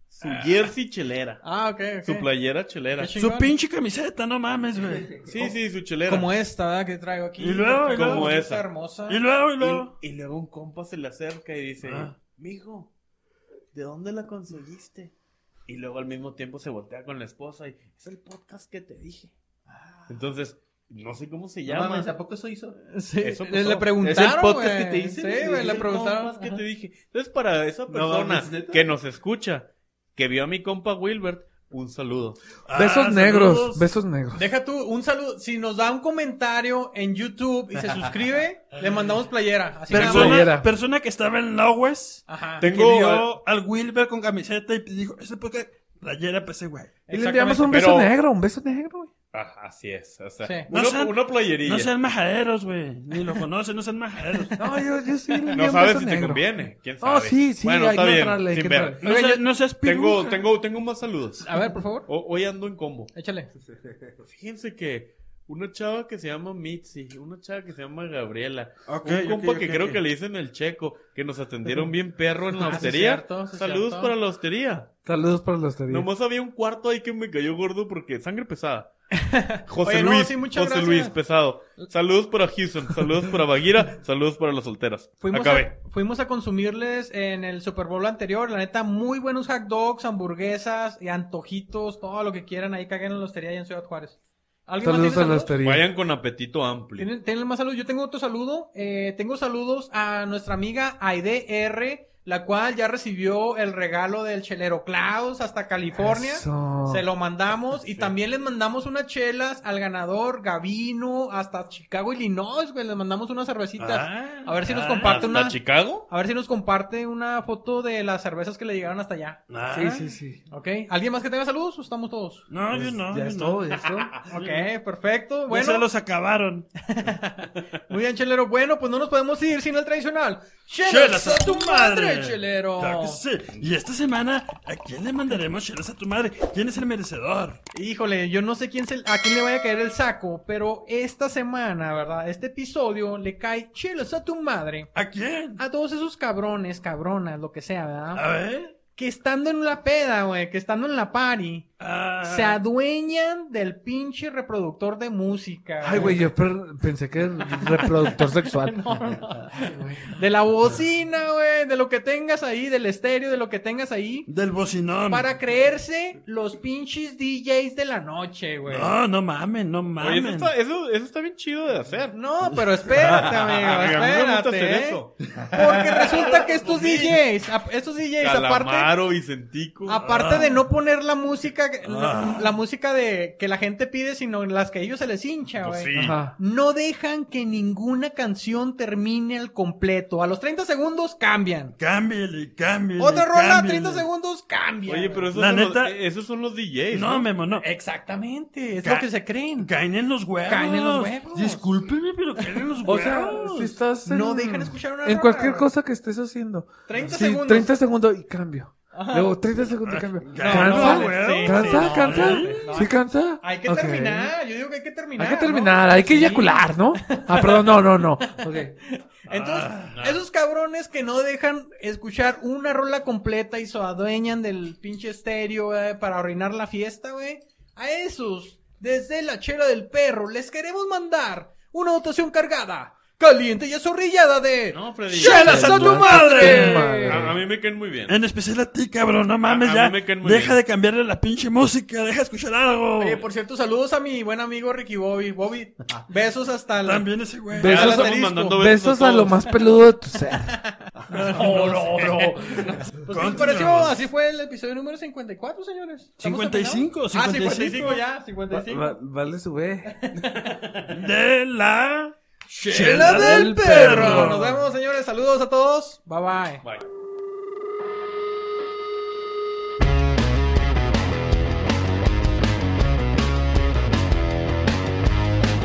S4: su
S5: Ah.
S4: jersey chelera,
S1: Ah, ok, ok.
S4: su playera chelera.
S1: Qué
S4: Sí,
S1: chingón.
S2: Su pinche camiseta, no mames, güey.
S4: sí, su chelera.
S1: Como esta, ¿verdad? Que traigo aquí.
S2: Y luego, y
S1: Como
S4: luego.
S1: esta hermosa.
S2: Y luego, y luego.
S4: Y, y luego un compa se le acerca y dice,
S2: Ah.
S4: mijo, ¿de dónde la conseguiste? Y luego al mismo tiempo se voltea con la esposa y es el podcast que te dije. Ah. Entonces, no sé cómo se llama.
S7: ¿a poco eso hizo?
S1: Sí,
S4: Eso pasó.
S1: le, le preguntaron.
S7: Es el podcast
S1: güey.
S7: que te hice,
S1: Sí, güey,
S4: Es
S1: le
S4: el
S1: preguntaron.
S4: podcast que
S1: Ajá.
S4: te dije. Entonces, para esa persona
S7: mames, ¿neta?
S4: que nos escucha, que vio a mi compa Wilbert, un saludo.
S5: Besos
S2: Ah,
S5: negros,
S2: saludos.
S5: besos negros.
S1: Deja tú un saludo. Si nos da un comentario en YouTube y se suscribe, le mandamos playera. Así nada
S5: Persona-
S1: más.
S5: Playera.
S2: Persona, persona que estaba en Lowes.
S1: Ajá.
S4: Te-
S2: que
S4: Tengo-
S2: vio al Wilber con camiseta y dijo, ese porque playera pues ese güey.
S5: Y le enviamos un
S4: Pero-
S5: beso negro, un beso negro, güey.
S4: Ah, así es. O sea,
S1: Sí.
S4: uno-
S2: No sean-
S4: una playerilla.
S2: No sean majaderos, güey. Ni lo conocen, no sean majaderos.
S5: No, yo, yo sí le envié
S4: No
S5: un
S4: sabes
S5: beso
S4: si te
S5: negro.
S4: conviene. ¿Quién sabe?
S5: Oh, sí, sí,
S4: Bueno,
S5: hay
S4: está
S5: que
S4: bien.
S5: entrarle, hay
S4: sin
S5: que
S4: ver.
S5: entrarle.
S2: No,
S1: Oiga,
S2: seas-
S1: yo-
S2: no seas
S4: Tengo,
S2: piruja.
S4: tengo, tengo más saludos.
S1: A ver, por favor,
S4: O- hoy ando en combo.
S1: échale.
S4: Fíjense que Una chava que se llama Mitzi, una chava que se llama Gabriela,
S2: Ok, Ah,
S4: un compa que creo que le dicen el checo, que nos atendieron bien perro en la
S1: Ah, sí,
S4: hostería.
S1: cierto, sí,
S4: Saludos
S1: cierto.
S4: para la hostería.
S5: Saludos para los teorías.
S4: Nomás había un cuarto ahí que me cayó gordo porque sangre pesada. José
S1: Oye, no,
S4: Luis,
S1: sí, muchas
S4: José
S1: gracias.
S4: Luis, pesado. Saludos para Houston, saludos para Baguira, saludos para las solteras.
S1: Fuimos
S4: Acabé.
S1: a, fuimos a consumirles en el Super Bowl anterior, la neta, muy buenos hot dogs, hamburguesas y antojitos, todo lo que quieran. Ahí caguen en la hostería allá en Ciudad Juárez. ¿Alguien más
S5: Saludos
S1: tiene
S5: a los
S1: saludos?
S5: teorías.
S4: Vayan con apetito amplio.
S1: ¿Tienen, tienen más saludos? Yo tengo otro saludo. Eh, tengo saludos a nuestra amiga AIDR, la cual ya recibió el regalo del chelero Klaus hasta California.
S5: Eso.
S1: Se lo mandamos y también les mandamos unas chelas al ganador Gavino hasta Chicago, Illinois, güey. Les mandamos unas cervecitas.
S2: Ah.
S1: a ver si nos comparte
S4: ¿Hasta
S1: una.
S4: Chicago?
S1: A ver si nos comparte una foto de las cervezas que le llegaron hasta allá.
S2: ah.
S5: Sí, sí, sí. Pues,
S1: ¿Ok? ¿Alguien más que tenga saludos o estamos todos?
S2: No, yo no.
S5: ya
S2: yo
S5: es
S2: no.
S5: todo, ya es todo.
S1: Ok, perfecto.
S2: Ya se
S1: Bueno,
S2: los acabaron.
S1: muy bien, chelero. Bueno, pues no nos podemos ir sin el tradicional.
S2: ¡Chelas a tu madre!
S1: chelero!
S2: Claro que sí. Y esta semana, ¿a quién le mandaremos chelas a tu madre? ¿Quién es el merecedor?
S1: Híjole, yo no sé quién se- a quién le vaya a caer el saco, pero esta semana, ¿verdad? Este episodio le cae chelas a tu madre.
S2: ¿A quién?
S1: A todos esos cabrones, cabronas, lo que sea,
S5: Ah.
S1: ¿verdad?
S2: A ver.
S1: Que estando en la peda, güey, que estando en la party,
S2: Ah,
S1: se adueñan del pinche reproductor de música.
S5: Ay, güey, yo per- pensé que era reproductor sexual.
S1: De la bocina, güey, de lo que tengas ahí, del estéreo, de lo que tengas ahí.
S2: Del bocinón.
S1: Para creerse los pinches DJs de la noche, güey.
S2: No, no mamen, no
S4: Oye, eso
S2: mamen.
S4: está, eso, eso está bien chido de hacer.
S1: No, pero espérate, amigo,
S4: A mí me gusta
S1: espérate.
S4: hacer
S1: ¿eh?
S4: eso.
S1: Porque resulta que estos DJs, ap- estos DJs, aparte,
S4: Calamaro, Vicentico.
S1: aparte
S2: Ah.
S1: de no poner la música, que- la,
S2: Ah.
S1: la música de que la gente pide, sino las que a ellos se les hincha,
S4: Pues
S1: güey.
S4: sí.
S5: Ajá.
S1: No dejan que ninguna canción termine al completo. A los 30 segundos cambian.
S2: Cámbiale, cámbiale.
S1: Otra rola,
S2: cámbiale.
S1: 30 segundos cambia.
S4: Oye, pero
S1: güey.
S4: esos,
S2: La
S4: son
S2: neta-
S4: los, eh, esos son los DJs.
S2: No, Memo, no.
S1: Exactamente, es
S2: Ca-
S1: lo que se creen.
S2: Caen en los huevos.
S1: Caen en los huevos.
S2: Discúlpeme, pero caen en los huevos.
S5: O sea, si estás. en-
S1: No dejan escuchar una
S5: En
S1: rola,
S5: cualquier
S1: güey.
S5: cosa que estés haciendo.
S1: 30
S5: Sí,
S1: segundos.
S5: 30 segundos y cambio.
S1: Ajá.
S5: Luego 30 segundos y cambio.
S2: Caen en los
S5: ¿Cansa?
S1: no,
S2: huevos.
S1: sí,
S5: ¿Cansa?
S2: No,
S5: ¿Cansa?
S1: no.
S5: ¿Sí cansa?
S1: Hay que
S5: Ok.
S1: terminar, yo digo que hay que terminar.
S5: Hay
S1: ¿no?
S5: que terminar, hay que
S1: Sí.
S5: eyacular, ¿no? Ah, perdón, no, no, no. Ok.
S1: Entonces,
S2: Ah.
S1: esos cabrones que no dejan escuchar una rola completa y se adueñan del pinche estéreo güey, para arruinar la fiesta, güey. A esos, desde la chela del perro, les queremos mandar una dotación cargada, caliente y azorrillada de...
S4: No, Freddy.
S1: ¡Chelas a tu
S5: Tu
S1: madre!
S5: madre.
S4: A, a mí me caen muy bien.
S2: En especial a ti, cabrón, no mames
S4: A- a
S2: ya.
S4: mí me caen muy
S2: Deja
S4: bien.
S2: de cambiarle la pinche música, deja de escuchar algo.
S1: Oye, por cierto, saludos a mi buen amigo Ricky Bobby. Bobby, besos hasta la...
S2: También ese güey.
S4: Ya le
S5: Besos a-
S4: estamos
S1: asterisco.
S4: mandando
S5: Besos a lo
S4: todos.
S5: más peludo de tu ser.
S1: No, no, no. Pues, ¿qué les pareció?
S2: Continuamos.
S1: Así fue el episodio número 54, señores. ¿Estamos
S2: 55,
S1: terminados? Ah, 55
S2: 55
S1: ya, 55.
S5: Va- va- vale su vez.
S2: De la
S1: Chela del
S5: perro.
S1: perro. Nos vemos, señores. Saludos a todos. Bye bye.
S4: Bye.